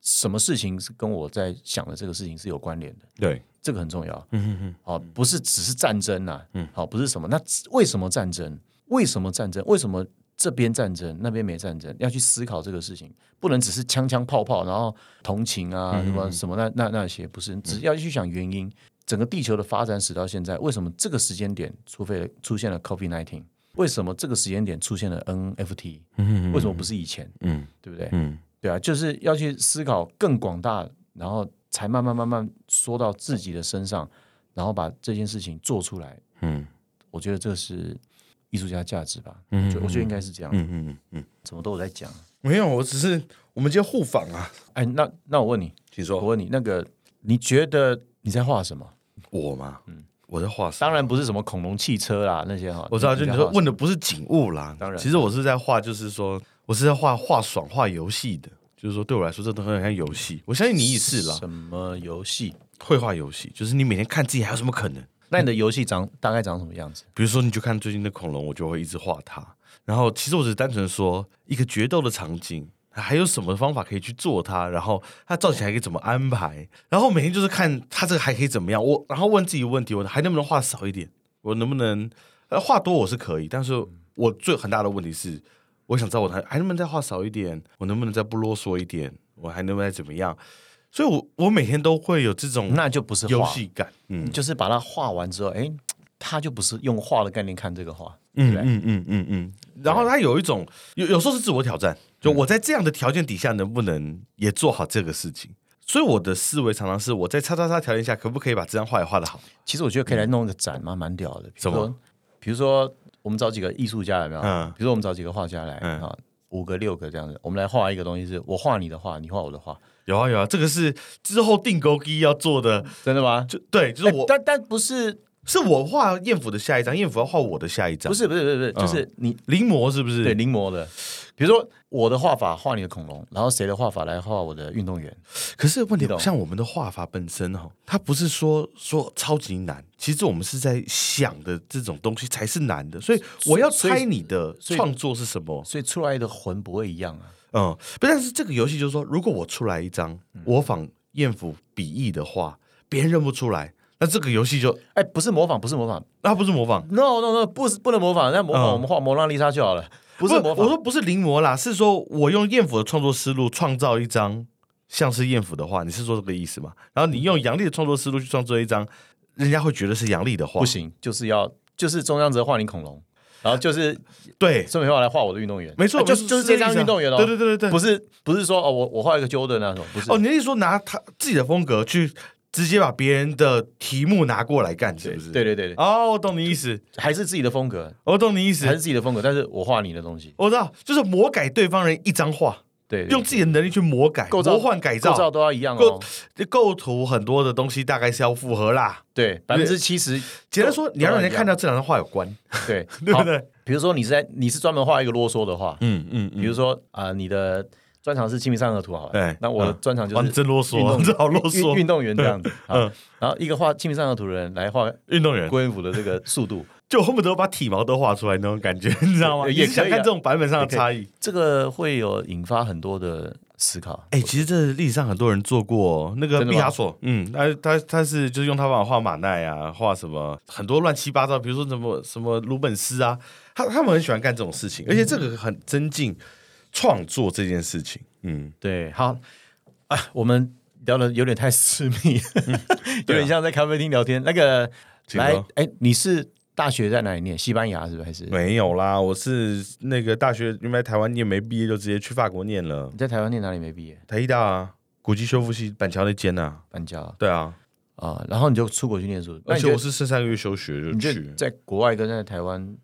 Speaker 1: 什么事情是跟我在想的这个事情是有关联的。
Speaker 2: 对，
Speaker 1: 这个很重要。
Speaker 2: 嗯哼哼，
Speaker 1: 好、不是只是战争呐、嗯，好、不是什么？那为什么战争？为什么战争？为什么这边战争，那边没战争？要去思考这个事情，不能只是枪枪炮炮，然后同情
Speaker 2: 嗯
Speaker 1: 啊，什么什么那那那些不是，只要去想原因。整个地球的发展史到现在，为什么这个时间点除非出现了 COVID nineteen？为什么这个时间点出现了 NFT？、
Speaker 2: 嗯
Speaker 1: 为什么不是以前？
Speaker 2: 嗯
Speaker 1: 对不对？
Speaker 2: 嗯
Speaker 1: 对啊，就是要去思考更广大，然后才慢慢慢慢缩到自己的身上，然后把这件事情做出来，
Speaker 2: 嗯
Speaker 1: 我觉得这是艺术家价值吧。
Speaker 2: 嗯
Speaker 1: 嗯，我觉得应该是这样。
Speaker 2: 嗯嗯嗯嗯，
Speaker 1: 怎么都有在讲。
Speaker 2: 没有，我只是我们今天互访啊，
Speaker 1: 哎，那那我问你，
Speaker 2: 请
Speaker 1: 我
Speaker 2: 说
Speaker 1: 问你，那个你觉得你在画什么？
Speaker 2: 我吗？我在画什么
Speaker 1: 当然不是什么恐龙汽车啦那些哈。
Speaker 2: 我知道，就你
Speaker 1: 在
Speaker 2: 说
Speaker 1: 画
Speaker 2: 问的不是景物啦，
Speaker 1: 当然
Speaker 2: 其实我是在画，就是说我是在画画爽、画游戏的，就是说对我来说，这都很像游戏。我相信你也是啦，
Speaker 1: 什么游戏？
Speaker 2: 会画游戏，就是你每天看自己还有什么可能。
Speaker 1: 那你的游戏长大概长什么样子？
Speaker 2: 比如说，你就看最近的恐龙，我就会一直画它。然后，其实我只是单纯说一个决斗的场景，还有什么方法可以去做它，然后它造型还可以怎么安排。然后每天就是看它这个还可以怎么样。我然后问自己一个问题：我还能不能画少一点？我能不能呃画多我是可以，但是我最很大的问题是，我想知道我还还能不能再画少一点？我能不能再不啰嗦一点？我还能不能再怎么样？所以我，我每天都会有这种
Speaker 1: 那就啊不是
Speaker 2: 嗯游
Speaker 1: 画，
Speaker 2: 戏感。嗯
Speaker 1: 就是把它画完之后，哎，它就不是用画的概念看这个画。
Speaker 2: 嗯
Speaker 1: 对
Speaker 2: 嗯嗯嗯嗯，然后他有一种有有时候是自我挑
Speaker 1: 嗯
Speaker 2: 战，就我在这样的条件底下能不能也做好这个事情？所以我的思维常常是我在叉叉叉条件下可不可以把这张画也画得好？
Speaker 1: 其实我觉得可以来弄一个展嘛，蛮屌的。比
Speaker 2: 怎
Speaker 1: 如
Speaker 2: 么
Speaker 1: 说，比如说我们找几个艺术家有没有？
Speaker 2: 嗯
Speaker 1: 比如说我们找几个画家来
Speaker 2: 嗯
Speaker 1: 啊，五个六个这样子，我们来画一个东西，是我画你的画，你画我的画，
Speaker 2: 有啊有啊，这个是之后定勾机要做的，
Speaker 1: 真的吗？
Speaker 2: 就对，就是
Speaker 1: 哎
Speaker 2: 我、
Speaker 1: 但但不是
Speaker 2: 是我画艳福的下一张，艳福要画我的下一张，
Speaker 1: 不是不是不是不是，嗯就是你
Speaker 2: 临摹是不是？
Speaker 1: 对临摹的，比如说我的画法画你的恐龙，然后谁的画法来画我的运动员？
Speaker 2: 可是问题
Speaker 1: 你懂
Speaker 2: 像我们的画法本身哈，它不是说说超级难，其实我们是在想的这种东西才是难的，所以我要
Speaker 1: 所以
Speaker 2: 猜你的创作是什么。
Speaker 1: 所以出来的魂不会一样啊。
Speaker 2: 嗯，不，但是这个游戏就是说，如果我出来一张
Speaker 1: 嗯
Speaker 2: 模仿艳福笔意的话，别人认不出来，那这个游戏就
Speaker 1: 哎，不是模仿，不是模仿
Speaker 2: 那不是模仿，
Speaker 1: ，no no no，不是不能模仿，那模仿
Speaker 2: 嗯
Speaker 1: 我们画蒙娜丽莎就好了，不
Speaker 2: 不
Speaker 1: 是模仿。
Speaker 2: 我说不是临摹啦，是说我用艳福的创作思路创造一张像是艳福的画，你是说这个意思吗？然后你用杨丽的创作思路去创作一张，人家会觉得是杨丽的画，
Speaker 1: 不，行，就是要就是中央哲画你恐龙，然后就是
Speaker 2: 对，
Speaker 1: 宋美花来画我的运动员，
Speaker 2: 没错，
Speaker 1: 啊就
Speaker 2: 没
Speaker 1: 是
Speaker 2: 错
Speaker 1: 就是这张
Speaker 2: 意思啊
Speaker 1: 运动员哦，
Speaker 2: 对对对对对，
Speaker 1: 不是不是说哦我我画一个 Jordan 那种，不是
Speaker 2: 哦，你的意思说拿他自己的风格去直接把别人的题目拿过来干，是
Speaker 1: 对
Speaker 2: 不是？
Speaker 1: 对对对，对
Speaker 2: 哦，我懂你意思，
Speaker 1: 还是自己的风格，
Speaker 2: 我懂你意
Speaker 1: 还是
Speaker 2: 思，
Speaker 1: 自己的风格，但是我画你的东西，
Speaker 2: 哦我知道，就是魔改对方人一张画，
Speaker 1: 对，对
Speaker 2: 用自己的能力去魔改、
Speaker 1: 构造
Speaker 2: 魔幻改
Speaker 1: 构造
Speaker 2: 造，
Speaker 1: 都要一样哦
Speaker 2: 构，构图很多的东西大概是要符合啦。
Speaker 1: 对，百分之七十，
Speaker 2: 简单说，你要让人家看
Speaker 1: 到
Speaker 2: 到这两张画有关，
Speaker 1: 对
Speaker 2: <laughs> 对不？
Speaker 1: 好
Speaker 2: 对？
Speaker 1: 比如说你是在你是专门画一个啰嗦的画，
Speaker 2: 嗯嗯
Speaker 1: 比如说啊你的专长是清明上河图好了
Speaker 2: 哎，
Speaker 1: 那我的专长就
Speaker 2: 哇，你
Speaker 1: 是。
Speaker 2: 真啰
Speaker 1: 运动
Speaker 2: 嗦，这好啰
Speaker 1: 运运
Speaker 2: 嗦。
Speaker 1: 动员这样子，嗯，然后一个画《清明上河图》的人来画
Speaker 2: 运动员
Speaker 1: 郭元甫的这个速度，
Speaker 2: 就恨不得把体毛都画出来那种感觉，你知道吗？
Speaker 1: 也
Speaker 2: 你
Speaker 1: 也
Speaker 2: 是想
Speaker 1: 可以啊
Speaker 2: 看这种版本上的差异。
Speaker 1: 这个会有引发很多的思考。
Speaker 2: 哎、其实这历史上很多人做过那个
Speaker 1: 真的
Speaker 2: 毕
Speaker 1: 吗
Speaker 2: 加索，嗯，他他他是就是用他方法画马奈啊，画什么很多乱七八糟，比如说什么什么鲁本斯啊，他他们很喜欢干这种事情，而且这个很增进创作这件事情。嗯，
Speaker 1: 对，好啊，我们聊的有点太私密， <laughs> 有点像在咖啡厅聊天。那个
Speaker 2: 嗯啊请
Speaker 1: 来
Speaker 2: 说，
Speaker 1: 哎，你是大学在哪里念？西班牙是不是？还是
Speaker 2: 没有啦，我是那个大学原来台湾念没毕业就直接去法国念了，
Speaker 1: 你在台湾念哪里没毕业？
Speaker 2: 台艺大啊，古籍修复系板桥那间啊，
Speaker 1: 搬家啊、
Speaker 2: 对啊，
Speaker 1: 然后你就出国去念书。那
Speaker 2: 而
Speaker 1: 你
Speaker 2: 且
Speaker 1: 觉
Speaker 2: 我
Speaker 1: 得
Speaker 2: 是剩三个月休学就
Speaker 1: 你觉
Speaker 2: 去
Speaker 1: 得，在国外跟在台湾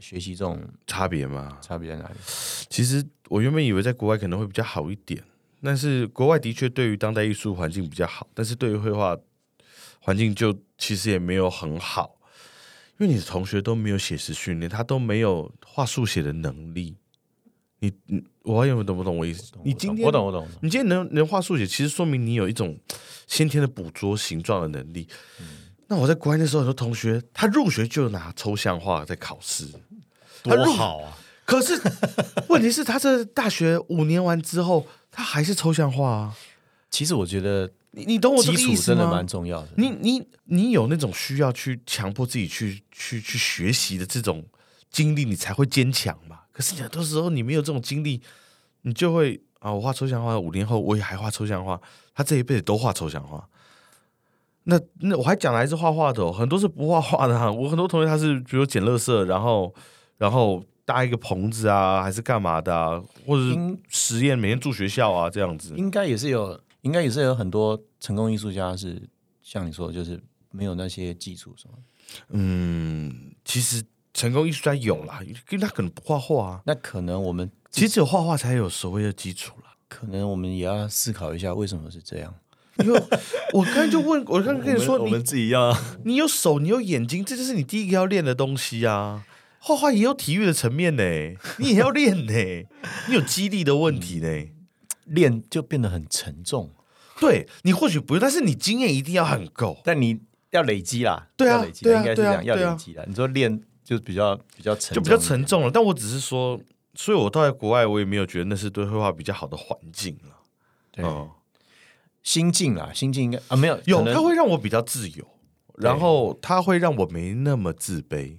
Speaker 1: 学习这种
Speaker 2: 差别嘛，
Speaker 1: 差别在哪里？
Speaker 2: 其实我原本以为在国外可能会比较好一点，但是国外的确对于当代艺术环境比较好，但是对于绘画环境就其实也没有很好，因为你的同学都没有写实训练，他都没有画速写的能力。你你，我不知道你懂不懂我意思？你今天
Speaker 1: 我懂，我懂，我懂
Speaker 2: 你今天能能画速写，其实说明你有一种先天的捕捉形状的能力。那我在国外那时候，很多同学他入学就拿抽象画在考试，他入
Speaker 1: 多好啊！
Speaker 2: 可
Speaker 1: <laughs>
Speaker 2: 是问题是，他这大学五年完之后，他还是抽象化啊。
Speaker 1: 其实我觉得
Speaker 2: 你你懂我这
Speaker 1: 基
Speaker 2: 个意
Speaker 1: 础
Speaker 2: 思
Speaker 1: 真的
Speaker 2: 吗
Speaker 1: 蛮？重要的。
Speaker 2: 你你你有那种需要去强迫自己去去去学习的这种经历，你才会坚强嘛。可是你很多时候你没有这种经历，你就会啊，我画抽象画，五年后我也还画抽象画，他这一辈子都画抽象画。那那我还讲来是画画的、哦，很多是不画画的、啊。我很多同学他是比如捡垃圾，然后然后搭一个棚子啊，还是干嘛的、啊，或者是
Speaker 1: 应
Speaker 2: 实验每天住学校啊这样子。
Speaker 1: 应该也是有，应该也是有很多成功艺术家是像你说的，就是没有那些基础什么。
Speaker 2: 嗯，其实成功艺术家有啦，因为他可能不画画啊，
Speaker 1: 那可能我们
Speaker 2: 其实只有画画才有所谓的基础啦。
Speaker 1: 可能我们也要思考一下，为什么是这样？
Speaker 2: 因为我刚才就 <laughs> 问，我刚才跟你说，
Speaker 1: 我
Speaker 2: 你
Speaker 1: 们自己要
Speaker 2: 你有手，你有眼睛，这就是你第一个要练的东西啊。画画也有体育的层面 <laughs> 呢，你也要练呢，你有肌力的问题呢。
Speaker 1: 练就变得很沉重，
Speaker 2: 对你或许不用，但是你经验一定要很够。
Speaker 1: 但你要累积啦，
Speaker 2: 对啊
Speaker 1: 要累积
Speaker 2: 对
Speaker 1: 啦，
Speaker 2: 啊
Speaker 1: 应该是
Speaker 2: 对
Speaker 1: 这
Speaker 2: 啊
Speaker 1: 样，要
Speaker 2: 对啊
Speaker 1: 累积啦。你说练就比较比较沉，
Speaker 2: 就比较沉。重了。但我只是说，所以我到在国外，我也没有觉得那是对绘画比较好的环境了。
Speaker 1: 对，
Speaker 2: 嗯，
Speaker 1: 心境啦，心境应该啊没有
Speaker 2: 有
Speaker 1: 可能
Speaker 2: 它会让我比较自由，然后它会让我没那么自卑，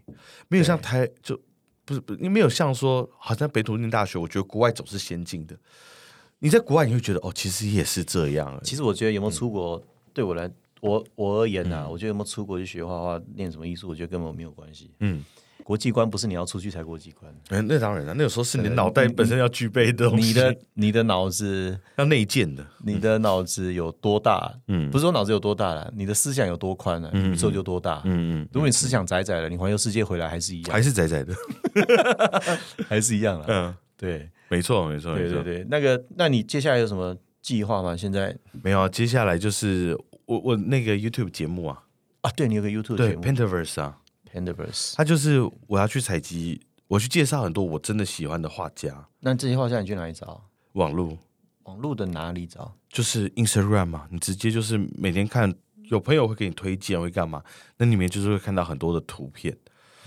Speaker 2: 没有像台就不是不是，没有像说好像北土念大学，我觉得国外总是先进的。你在国外你会觉得哦，其实也是这样。
Speaker 1: 其实我觉得有没有出国，对我来
Speaker 2: 嗯
Speaker 1: 我我而言呐、啊我觉得有没有出国去学画画、练什么艺术，我觉得根本没有关系。
Speaker 2: 嗯，
Speaker 1: 国际观不是你要出去才国际观，
Speaker 2: 嗯，那当然了，那有时候是你脑袋本身要具备的东西，
Speaker 1: 你的你的脑子，
Speaker 2: 要内建的。
Speaker 1: 你的脑子有多大？
Speaker 2: 嗯
Speaker 1: 不是说脑子有多大了，你的思想有多宽了、啊宇宙就多大。
Speaker 2: 嗯
Speaker 1: 如果你思想窄窄了，你环游世界回来还是一
Speaker 2: 嗯，
Speaker 1: 样，
Speaker 2: 还是窄窄的。
Speaker 1: 还是一样了。
Speaker 2: 嗯，
Speaker 1: 对
Speaker 2: 没错，没错，没
Speaker 1: 对
Speaker 2: 错
Speaker 1: 对。对，那个，那你接下来有什么计划吗？现在
Speaker 2: 没有，啊接下来就是我我那个 YouTube 节目啊，
Speaker 1: 啊，对你有个 YouTube
Speaker 2: 对
Speaker 1: 节目
Speaker 2: Pentaverse 啊，
Speaker 1: Pandaverse，
Speaker 2: 它就是我要去采集，我去介绍很多我真的喜欢的画家，
Speaker 1: 那这些画像你去哪里找？
Speaker 2: 网络
Speaker 1: 网络的哪里找？
Speaker 2: 就是 Instagram 嘛，你直接就是每天看，有朋友会给你推荐会干嘛，那里面就是会看到很多的图片。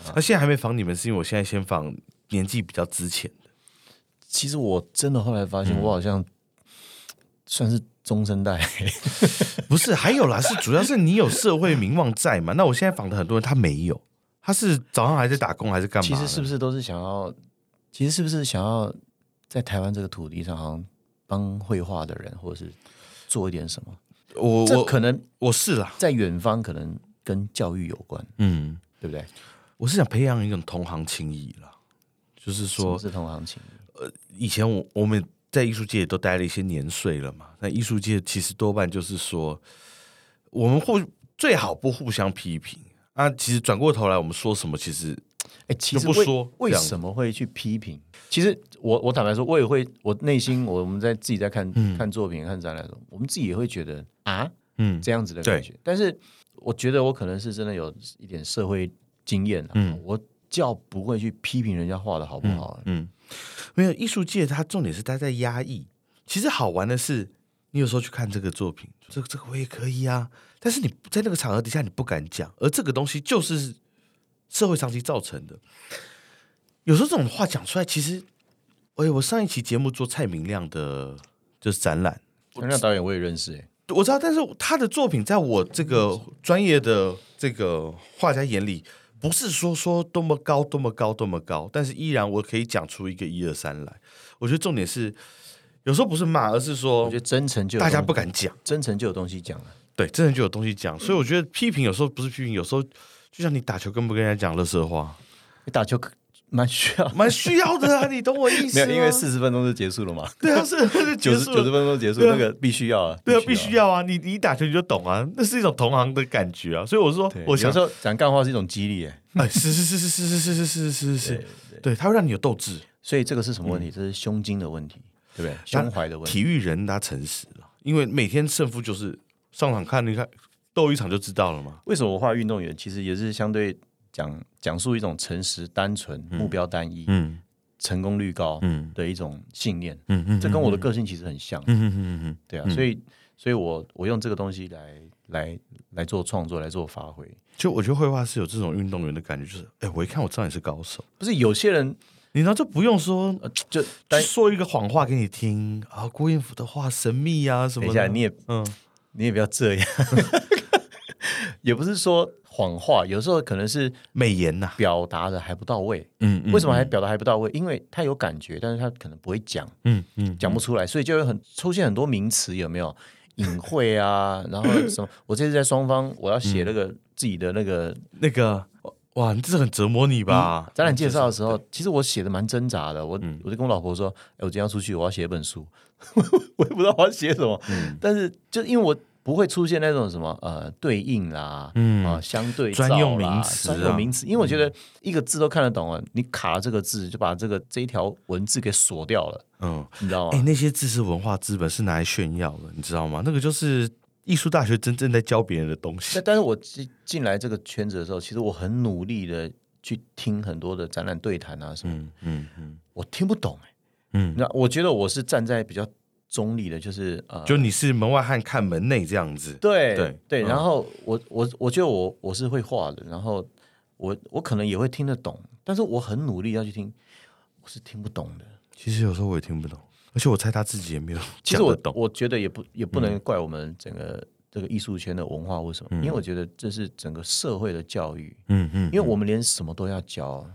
Speaker 1: 啊
Speaker 2: 那现在还没仿你们，是因为我现在先仿年纪比较之前 <laughs> 的，
Speaker 1: 其实我真的后来发
Speaker 2: 嗯
Speaker 1: 现，我好像算是中生代，
Speaker 2: 不是，还有啦，是主要是你有社会名望在嘛。那我现在仿的很多人他没有，他是早上还在打工还是干嘛
Speaker 1: 其
Speaker 2: 的？
Speaker 1: 实是不是都是想要，其实是不是想要在台湾这个土地上，好像帮绘画的人，或者是做一点什么？
Speaker 2: 我
Speaker 1: 这
Speaker 2: 我
Speaker 1: 可能
Speaker 2: 我是啦，
Speaker 1: 在远方，可能跟教育有关，
Speaker 2: 嗯。
Speaker 1: 对不对？
Speaker 2: 我是想培养一种同行情谊啦，就是
Speaker 1: 什么
Speaker 2: 说，
Speaker 1: 是同行情谊？
Speaker 2: 以前我我们在艺术界也都待了一些年岁了嘛，那艺术界其实多半就是说，我们互最好不互相批评啊。其实转过头来，我们说什么，其实
Speaker 1: 哎，其实
Speaker 2: 就不
Speaker 1: 为
Speaker 2: 说
Speaker 1: 为
Speaker 2: 这样子
Speaker 1: 什么会去批评？其实我我坦白说，我也会，我内心我我们在自己在看、看作品、看展览的时候，我们自己也会觉得啊，
Speaker 2: 嗯，
Speaker 1: 这样子的
Speaker 2: 对
Speaker 1: 感觉。但是我觉得我可能是真的有一点社会经验、啊，我较不会去批评人家画的好不好、啊
Speaker 2: 嗯，没有艺术界，它重点是待在压抑。其实好玩的是，你有时候去看这个作品，这个这个我也可以啊，但是你在那个场合底下你不敢讲，而这个东西就是社会上期造成的。有时候这种话讲出来，其实，哎，我上一期节目做蔡明亮的就是展览，
Speaker 1: 那那导演我也认识、欸，
Speaker 2: 我知道，但是他的作品在我这个专业的这个画家眼里，不是说说多么高、多么高、多么高，但是依然我可以讲出一个一二三来。我觉得重点是，有时候不是骂，而是
Speaker 1: 我
Speaker 2: 说
Speaker 1: 觉得真诚就有
Speaker 2: 大家
Speaker 1: 东
Speaker 2: 不敢讲，
Speaker 1: 真诚就有东西讲啊了。
Speaker 2: 对，真的就有东西讲。所以我觉得批评有时候不是批评，有时候就像你打球跟不跟人家讲乐色话，
Speaker 1: 你打球可蛮需要，
Speaker 2: 蛮需要的啊，你懂我意
Speaker 1: <laughs> 没
Speaker 2: 思吗？
Speaker 1: 有，因为四十分钟就结束了嘛，
Speaker 2: 对啊，是
Speaker 1: <laughs>
Speaker 2: 就
Speaker 1: 九
Speaker 2: 结
Speaker 1: 十
Speaker 2: 束
Speaker 1: 九十
Speaker 2: 了。
Speaker 1: 分钟结束，
Speaker 2: 对啊
Speaker 1: 那个必须要啊，
Speaker 2: 对啊，必须。要啊！你你一打球你就懂啊，那是一种同行的感觉啊，所以我说，
Speaker 1: 对，
Speaker 2: 我
Speaker 1: 我
Speaker 2: 想
Speaker 1: 有时候讲干话是一种激励、欸，
Speaker 2: 哎，是是是是是是是是是是是，对，它会让你有斗志。
Speaker 1: 所以这个是什么问题？这是胸襟的问题，对不对？胸怀的问题。
Speaker 2: 体育人他诚实了，因为每天胜负就是上场看，你看斗一场就知道了嘛。
Speaker 1: 为什么我画运动员，其实也是相对讲讲述一种诚实、单纯、目标单一、
Speaker 2: 嗯
Speaker 1: 成功率高
Speaker 2: 嗯
Speaker 1: 的一种信念。
Speaker 2: 嗯嗯
Speaker 1: 这跟我的个性其实很像，
Speaker 2: 嗯嗯嗯
Speaker 1: 对啊，所以所以我我用这个东西来来来做创作，来做发挥。
Speaker 2: 就我觉得绘画是有这种运动员的感觉，就是哎，我一看我知道你是高手，
Speaker 1: 不是有些人
Speaker 2: 你知道就不用说
Speaker 1: 呃就
Speaker 2: 去
Speaker 1: 但
Speaker 2: 说一个谎话给你听啊，郭彦甫的话神秘啊什
Speaker 1: 等
Speaker 2: 么
Speaker 1: 一下
Speaker 2: 的。
Speaker 1: 你也
Speaker 2: 嗯，
Speaker 1: 你也不要这样， <laughs> 也不是说谎话，有时候可能是
Speaker 2: 美颜呐，
Speaker 1: 表达的还不到位。
Speaker 2: 嗯
Speaker 1: 为什么还表达还不到位？因为他有感觉，但是他可能不会讲。
Speaker 2: 嗯嗯
Speaker 1: 讲不出来，所以就会很出现很多名词，有没
Speaker 2: <laughs>
Speaker 1: 有？隐晦啊，然后什么？我这次在双方，我要写那个
Speaker 2: 嗯
Speaker 1: 自己的那个
Speaker 2: 那个哇，你这很折磨你吧？
Speaker 1: 展览介绍的时
Speaker 2: 嗯
Speaker 1: 候，其实我写的蛮挣扎的。我我就跟我老婆说：“
Speaker 2: <laughs> 嗯
Speaker 1: 哎，我今天要出去，我要写一本书，我也不知道我要写什么。”但是就因为我不会出现那种什么呃对应啦，
Speaker 2: 嗯
Speaker 1: 啊相对
Speaker 2: 专
Speaker 1: 照
Speaker 2: 用
Speaker 1: 啦
Speaker 2: 名词
Speaker 1: 专
Speaker 2: 啊
Speaker 1: 用名词，因为我觉得一个字都看得懂啊，你卡了这个字就把这个这一条文字给锁掉了，
Speaker 2: 嗯，
Speaker 1: 你知道
Speaker 2: 哎、
Speaker 1: 吗？
Speaker 2: 那些知识文化资本是拿来炫耀的，你知道吗？那个就是艺术大学真正在教别人的东西
Speaker 1: 那。但是我进进来这个圈子的时候，其实我很努力的去听很多的展览对谈啊什么，
Speaker 2: 嗯嗯嗯
Speaker 1: 我听不懂哎、
Speaker 2: 嗯，
Speaker 1: 那我觉得我是站在比较中立的，就是呃，
Speaker 2: <laughs> 就你是门外汉看门内这样子。
Speaker 1: 对
Speaker 2: 对
Speaker 1: 对，
Speaker 2: 嗯
Speaker 1: 然后我我我觉得我我是会画的，然后我我可能也会听得懂，但是我很努力要去听，我是听不懂的。
Speaker 2: 其实有时候我也听不懂，而且我猜他自己也没有
Speaker 1: 其
Speaker 2: 讲
Speaker 1: 实我
Speaker 2: 得懂。嗯
Speaker 1: 我觉得也不也不能怪我们整个这个艺术圈的文化或什么，因为我觉得这是整个社会的教育，
Speaker 2: 嗯嗯，
Speaker 1: 因为我们连什么都要教啊。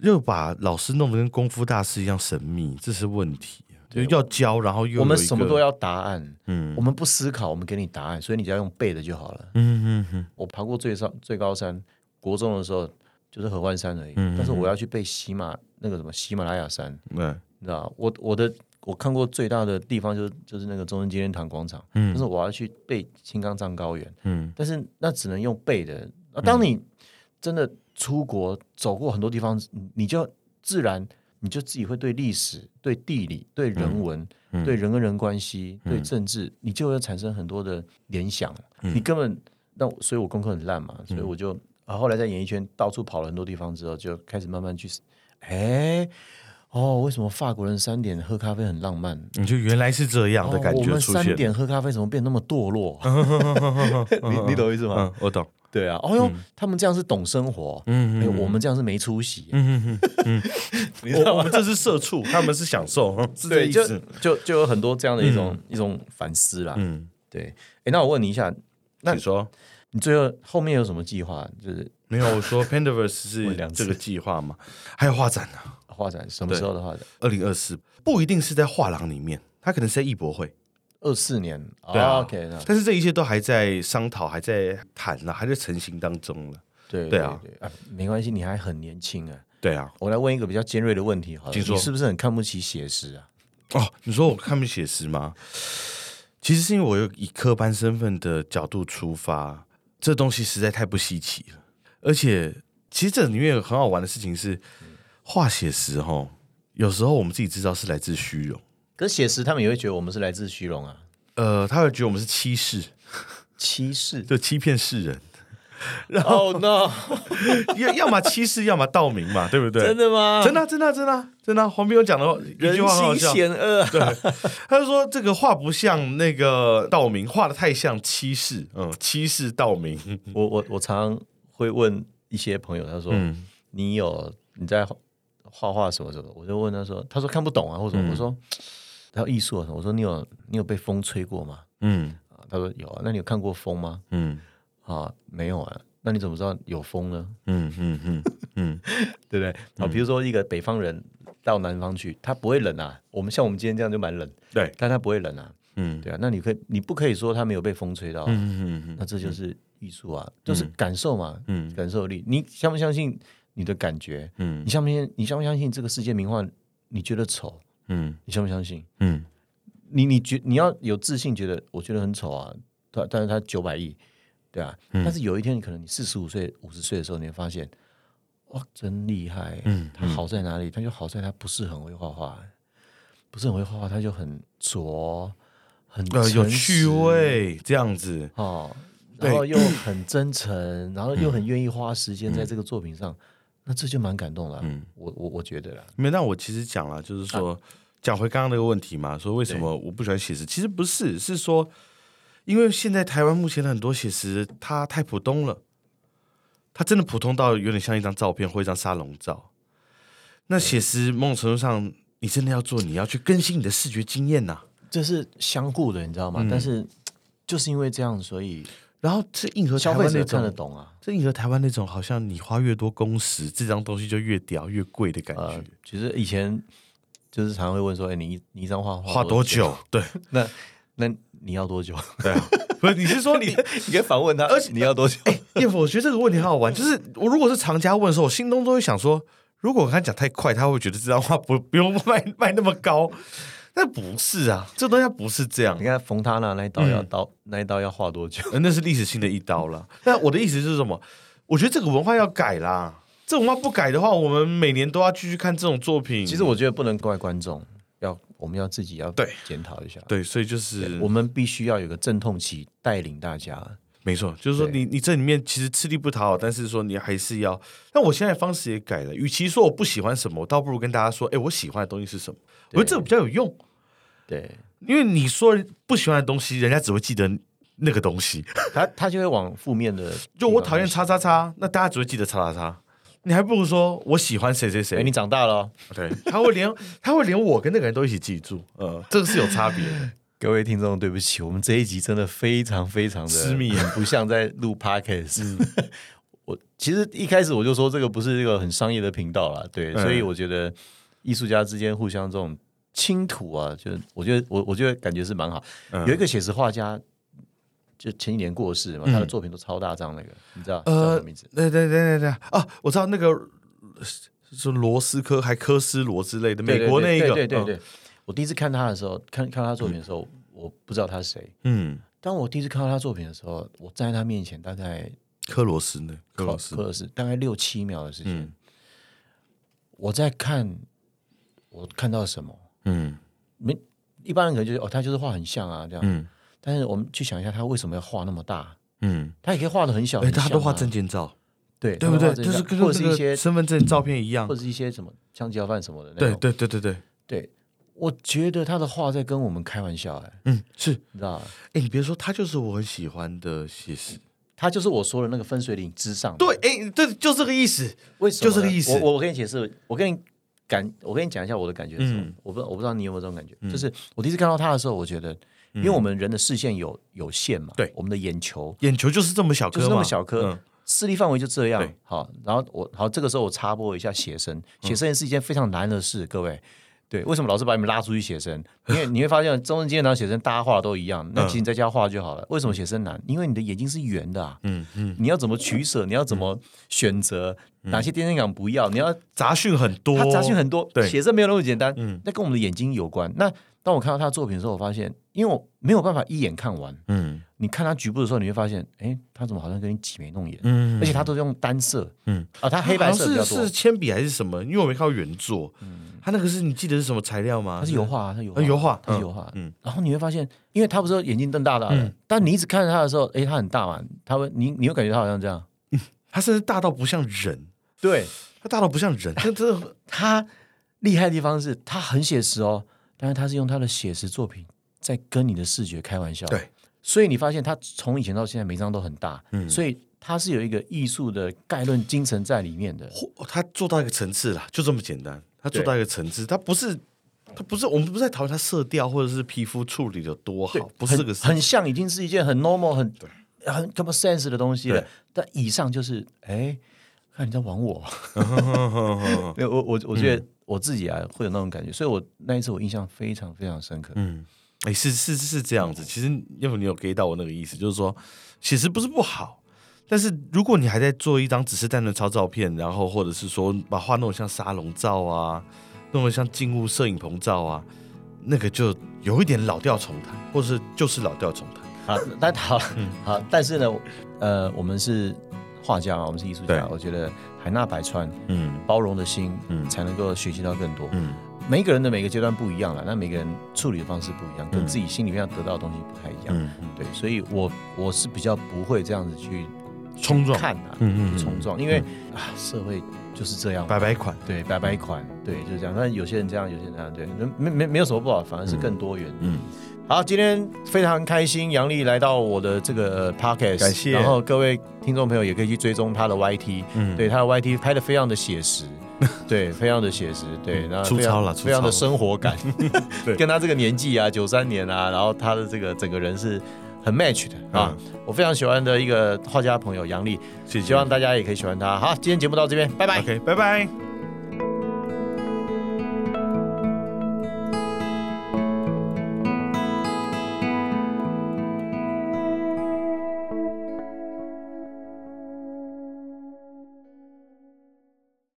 Speaker 2: 又把老师弄得跟功夫大师一样神秘，这是问题。就要教，然后又
Speaker 1: 我们
Speaker 2: 有一
Speaker 1: 什么
Speaker 2: 个
Speaker 1: 都要答案，
Speaker 2: 嗯
Speaker 1: 我们不思考，我们给你答案，所以你只要用背的就好了。
Speaker 2: 嗯嗯嗯
Speaker 1: 我爬过最上最高山，国中的时候就是合欢山而已，但是我要去背喜马那个什么喜马拉雅山，
Speaker 2: 嗯，对，
Speaker 1: 你知道，我我的我看过最大的地方就是就是那个中正纪念堂广场，但是我要去背青冈藏高原，
Speaker 2: 嗯
Speaker 1: 但是那只能用背的。啊、当你真的出国走过很多地方，你你就自然你就自己会对历史、对地理、对人文、
Speaker 2: 嗯
Speaker 1: 对人跟人关系、对政治，你就会产生很多的联想。
Speaker 2: 嗯
Speaker 1: 你根本那我所以，我功课很烂嘛，所以我就、啊后来在演艺圈到处跑了很多地方之后，就开始慢慢去，哎。哦，为什么法国人三点喝咖啡很浪漫？
Speaker 2: 你就原来是这样的感
Speaker 1: 哦、我
Speaker 2: 觉
Speaker 1: 们
Speaker 2: 出现
Speaker 1: 三。点喝咖啡怎么变那么堕落？
Speaker 2: <laughs>
Speaker 1: 你你懂我意思吗？
Speaker 2: 嗯，
Speaker 1: <laughs>
Speaker 2: 我懂。
Speaker 1: 对啊，哦哟，他们这样是懂生活，嗯，我们这样是没出息，
Speaker 2: 我我们这是社畜，他们是享受， <laughs> 是这意
Speaker 1: 就
Speaker 2: 思。
Speaker 1: 就就有很多这样的一种一种反思啦，
Speaker 2: 嗯，
Speaker 1: 对，哎，那我问你一下，那
Speaker 2: 你说
Speaker 1: 你最后后面有什么计划？就是
Speaker 2: 没有？我说 Pandaverse 是
Speaker 1: 问两次
Speaker 2: 这个计划嘛？还有画展呢、
Speaker 1: 画展什么时候的画展？
Speaker 2: 二零二四不一定是在画廊里面，它可能是在艺博会。
Speaker 1: 二四年，
Speaker 2: 对啊
Speaker 1: 哦，OK，那
Speaker 2: 但是这一切都还在商讨，还在谈啊了，还在成型当中了。
Speaker 1: 对
Speaker 2: 对啊，
Speaker 1: 对啊，没关系，你还很年轻啊。
Speaker 2: 对啊，
Speaker 1: 我来问一个比较尖锐的问题，好了，
Speaker 2: 请说
Speaker 1: 你是不是很看不起写实啊？
Speaker 2: 哦，你说我看不写实吗？其实是因为我有以科班身份的角度出发，这东西实在太不稀奇了。而且，其实这里面有很好玩的事情是，画写实哈，有时候我们自己知道是来自虚荣，
Speaker 1: 可是写实他们也会觉得我们是来自虚荣啊，
Speaker 2: 呃，他会觉得我们是欺世，
Speaker 1: 欺世。
Speaker 2: 就欺骗世人，
Speaker 1: Oh no！
Speaker 2: 要要么欺世，要么盗名嘛，对不对？
Speaker 1: 真的吗？
Speaker 2: 真的啊、真的啊、真的啊、真的啊、黄斌有讲的一
Speaker 1: 人
Speaker 2: 句话很好
Speaker 1: 心
Speaker 2: 笑，
Speaker 1: 险恶啊。
Speaker 2: 他就说这个画不像那个道明，画的太像欺世，嗯，欺世道明，
Speaker 1: 我我我常常会问一些朋友，他说、
Speaker 2: 嗯
Speaker 1: 你有你在画画什么什么，我就问他说，他说看不懂啊，或者
Speaker 2: 嗯
Speaker 1: 什么、我说他说艺术啊什么，我说你有你有被风吹过吗？
Speaker 2: 嗯
Speaker 1: 啊他说有啊，那你有看过风吗？
Speaker 2: 嗯
Speaker 1: 啊，没有啊，那你怎么知道有风呢？
Speaker 2: 嗯嗯嗯嗯，
Speaker 1: 对不对？啊，比如说一个北方人到南方去，他不会冷啊，我们像我们今天这样就蛮冷，
Speaker 2: 对，
Speaker 1: 但他不会冷啊，
Speaker 2: 嗯
Speaker 1: 对啊，那你可以你不可以说他没有被风吹到啊、
Speaker 2: 嗯嗯
Speaker 1: 那这就是艺术啊，就是感受嘛，
Speaker 2: 嗯
Speaker 1: 感受力，你相不相信你的感觉？
Speaker 2: 嗯
Speaker 1: 你相不相信？你相不相信这个世界名画？你觉得丑？
Speaker 2: 嗯
Speaker 1: 你相不相信？
Speaker 2: 嗯
Speaker 1: 你你觉你要有自信，觉得我觉得很丑啊，但但是它九百亿，对啊。
Speaker 2: 嗯
Speaker 1: 但是有一天，你可能你四十五岁、五十岁的时候，你会发现，哇，真厉害！
Speaker 2: 嗯
Speaker 1: 它好在哪里？它就好在它不是很会画画，不是很会画画，它就很拙，很
Speaker 2: 呃，有
Speaker 1: 诚实
Speaker 2: 趣味这样子，
Speaker 1: 哦，
Speaker 2: 对
Speaker 1: 然后又很真诚，然后又很愿意花时间在这个作品上，那这就蛮感动了啊。我我我觉得啦，
Speaker 2: 没有，那我其实讲了，就是
Speaker 1: 啊
Speaker 2: 说、讲回刚刚那个问题嘛，说为什么我不喜欢写实？其实不是，是说因为现在台湾目前的很多写实，它太普通了，它真的普通到有点像一张照片或一张沙龙照。那写实某种程度上，你真的要做，你要去更新你的视觉经验呐、
Speaker 1: 这是相互的，你知道吗？但是就是因为这样，所以
Speaker 2: 然后这迎合台
Speaker 1: 消费
Speaker 2: 湾
Speaker 1: 者
Speaker 2: 那
Speaker 1: 看得
Speaker 2: 种，
Speaker 1: 懂啊。
Speaker 2: 这迎合台湾那种，好像你花越多工时，这张东西就越屌越贵的感觉。
Speaker 1: 呃，其实以前就是常常会问说，哎，你一你一张画
Speaker 2: 花
Speaker 1: 画
Speaker 2: 多？久？对
Speaker 1: 那那你要多久？
Speaker 2: 对啊，不是你是说你
Speaker 1: <laughs> 你可以反问 <laughs> 他，而且你要多久？
Speaker 2: 叶夫，我觉得这个问题很好玩。就是我如果是藏家问的时候，我心中都会想说，如果我跟他讲太快，他会觉得这张画不不用卖卖那么高。但不是啊，这东西它不是这样
Speaker 1: 你，看冯塔纳那一刀要刀、那一刀要画多久？
Speaker 2: 呃那是历史性的一刀了。那我的意思是什么？我觉得这个文化要改啦。这文化不改的话，我们每年都要继续看这种作品。
Speaker 1: 其实我觉得不能怪观众，要我们要自己要
Speaker 2: 对
Speaker 1: 检讨一下。
Speaker 2: 对，所以就是
Speaker 1: 我们必须要有个阵痛期带领大家。
Speaker 2: 没错，就是说
Speaker 1: 对
Speaker 2: 你你这里面其实吃力不讨好，但是说你还是要。但我现在方式也改了，与其说我不喜欢什么，我倒不如跟大家说，哎，我喜欢的东西是什么？我觉得这个比较有用，
Speaker 1: 对
Speaker 2: 因为你说不喜欢的东西，人家只会记得那个
Speaker 1: <laughs>
Speaker 2: 东西。
Speaker 1: 他，他就会往负面的地方去。
Speaker 2: 就我讨厌叉叉叉，那大家只会记得叉叉叉。你还不如说我喜欢谁谁
Speaker 1: 哎、
Speaker 2: 谁，
Speaker 1: 你长大了哦，
Speaker 2: 对，他会连 <laughs> 他会连我跟那个人都一起记住，呃，这个是有差别的。
Speaker 1: 各位听众，对不起，我们这一集真的非常非常的嗯
Speaker 2: 私密，
Speaker 1: 不像在 <laughs> 录 podcast。我 <laughs> 其实一开始我就说这个不是一个很商业的频道啦，对，
Speaker 2: 嗯
Speaker 1: 所以我觉得艺术家之间互相这种倾吐啊，就我觉得我我觉得感觉是蛮好。
Speaker 2: 嗯
Speaker 1: 有一个写实画家，就前几年过世嘛，他的作品都超大张，那个你知道叫什么名字？
Speaker 2: 对对对对对啊，我知道那个呃是罗斯科还科斯罗之类的，美国那一个，
Speaker 1: 对对对对
Speaker 2: 嗯
Speaker 1: 对我第一次看他的时候，看看他作品的时候，我不知道他是谁。
Speaker 2: 嗯，
Speaker 1: 当我第一次看到他作品的时候，我站在他面前大概
Speaker 2: 科罗斯呢，科罗斯
Speaker 1: 科，尔斯大概六七秒的时间，
Speaker 2: 嗯
Speaker 1: 我在看我看到什么？
Speaker 2: 嗯
Speaker 1: 没一般人可能就是哦，他就是画很像啊这样，
Speaker 2: 嗯
Speaker 1: 但是我们去想一下，他为什么要画那么大？
Speaker 2: 嗯，
Speaker 1: 他也可以画的很小，
Speaker 2: 哎，
Speaker 1: 很像
Speaker 2: 大家都画
Speaker 1: 啊
Speaker 2: 证件照，
Speaker 1: 对
Speaker 2: 对不对？
Speaker 1: 他都画
Speaker 2: 就
Speaker 1: 真
Speaker 2: 是
Speaker 1: 像
Speaker 2: 跟
Speaker 1: 或者是
Speaker 2: 那
Speaker 1: 一
Speaker 2: 个
Speaker 1: 些
Speaker 2: 身份证照片一样
Speaker 1: 或，者是一些什么香蕉饭什么的那
Speaker 2: 对
Speaker 1: 种。
Speaker 2: 对对对对，
Speaker 1: 对，我觉得他的画在跟我们开玩笑哎、
Speaker 2: 嗯，是，
Speaker 1: 你知道吧？
Speaker 2: 哎，你别说，他就是我很喜欢的写实，
Speaker 1: 他就是我说的那个分水岭之上的，
Speaker 2: 对，哎，这就这个意思，
Speaker 1: 为什么呢？
Speaker 2: 就这个意思
Speaker 1: 我我我跟你解释，我跟你感，我跟你讲一下我的感觉是什么
Speaker 2: 嗯
Speaker 1: 我不我不知道你有没有这种感觉，就是我第一次看到他的时候，我觉得，因为我们人的视线有有限嘛，
Speaker 2: 嗯对
Speaker 1: 我们的眼球
Speaker 2: 眼球就是这么小
Speaker 1: 就
Speaker 2: 颗嘛，
Speaker 1: 是那么小颗
Speaker 2: 嗯，
Speaker 1: 视力范围就这样
Speaker 2: 对。
Speaker 1: 好，然后我好，这个时候我插播一下写生，写生是一件非常难的
Speaker 2: 嗯
Speaker 1: 事，各位。对，为什么老是把你们拉出去写生？因
Speaker 2: <laughs>
Speaker 1: 为你会发现，中正纪念堂写生大家画的都一
Speaker 2: 嗯
Speaker 1: 样，那其实你在家画就好了。为什么写生难？因为你的眼睛是圆的啊，
Speaker 2: 嗯嗯，
Speaker 1: 你要怎么取舍？你要怎么选择？哪些电线杆不要？你要
Speaker 2: 杂讯很多，
Speaker 1: 它杂讯很多，
Speaker 2: 对
Speaker 1: 写生没有那么简单。
Speaker 2: 嗯
Speaker 1: 那跟我们的眼睛有关。那当我看到他的作品的时候，我发现，因为我没有办法一眼看完，
Speaker 2: 嗯
Speaker 1: 你看他局部的时候，你会发现，哎，他怎么好像跟你挤眉弄眼？
Speaker 2: 嗯
Speaker 1: 而且他都是用单色，
Speaker 2: 嗯
Speaker 1: 啊，他黑白色比
Speaker 2: 好
Speaker 1: 较
Speaker 2: 像
Speaker 1: 多嗯
Speaker 2: 是是，铅笔还是什么？因为我没看到原作，他那个是你记得是什么材料吗？
Speaker 1: 他是油，画啊，他油画，
Speaker 2: 啊油画
Speaker 1: 他是油画。
Speaker 2: 嗯
Speaker 1: 然后你会发现，因为他不是眼睛瞪大大的，但你一直看着他的时候，哎，他很大嘛，他会，你你会感觉他好像这样，
Speaker 2: 他甚至大到不像人，
Speaker 1: 对
Speaker 2: 他大到不像人，这这
Speaker 1: 他厉害的地方是他很写实哦，但是他是用他的写实作品在跟你的视觉开玩笑，
Speaker 2: 对，嗯
Speaker 1: 所以你发现他从以前到现在每张都很大，所以他是有一个艺术的概论精神在里面的，
Speaker 2: 嚯他做到一个层次啦，就这么简单，他做到一个层次，他不是。他不是，我们不是在讨论他色调或者是皮肤处理的多好，不是这个
Speaker 1: 很
Speaker 2: 事
Speaker 1: 很像，已经是一件很 normal、很很 common sense 的东西了
Speaker 2: 对。
Speaker 1: 但以上就是，哎，看你在玩
Speaker 2: <laughs>
Speaker 1: 我，没有我我我
Speaker 2: 嗯
Speaker 1: 觉得我自己啊会有那种感觉，所以我那一次我印象非常非常深刻。
Speaker 2: 嗯，哎，是是是这样子。其实，要不你有 get 到我那个意思，就是说，其实不是不好，但是如果你还在做一张只是单纯抄照片，然后或者是说把画弄得像沙龙照啊，弄得像静物摄影棚照啊，那个就有一点老调重弹，或者是就是老调重弹。
Speaker 1: 好，但好
Speaker 2: 嗯
Speaker 1: 好，但是呢，呃，我们是画家嘛，我们是艺术家，
Speaker 2: 对
Speaker 1: 我觉得海纳百川，
Speaker 2: 嗯
Speaker 1: 包容的心，
Speaker 2: 嗯
Speaker 1: 才能够学习到更多。
Speaker 2: 嗯，
Speaker 1: 每一个人的每个阶段不一样了，那每个人处理的方式不一样，跟
Speaker 2: 嗯
Speaker 1: 自己心里面要得到的东西不太一样。
Speaker 2: 嗯
Speaker 1: 对，所以我我是比较不会这样子去
Speaker 2: 冲撞
Speaker 1: 看啊，
Speaker 2: 嗯嗯嗯嗯
Speaker 1: 去冲撞，因为、啊，社会就是这样嘛，
Speaker 2: 白白款。嗯
Speaker 1: 对，白白款，对，就是这样。但有些人这样，有些人这样，对，没没没有什么不好，反而是更多元。
Speaker 2: 嗯，
Speaker 1: 好，今天非常开心，杨丽来到我的这个呃 podcast，
Speaker 2: 感谢
Speaker 1: 然后各位听众朋友也可以去追踪她的 YT，、
Speaker 2: 嗯
Speaker 1: 对，她的 YT 拍的非常的写
Speaker 2: <laughs>
Speaker 1: 实，对，非常的写实，对，然后
Speaker 2: 嗯粗
Speaker 1: 非常
Speaker 2: 糙啦粗糙
Speaker 1: 非常的生活
Speaker 2: <laughs>
Speaker 1: 感，
Speaker 2: 对
Speaker 1: 跟她这个年纪啊，九三年啊，然后她的这个整个人是很 match 的啊，我非常喜欢的一个画家朋友杨丽，
Speaker 2: 嗯谢谢。
Speaker 1: 希望大家也可以喜欢她。好，今天节目到这边，拜拜。
Speaker 2: OK，拜拜。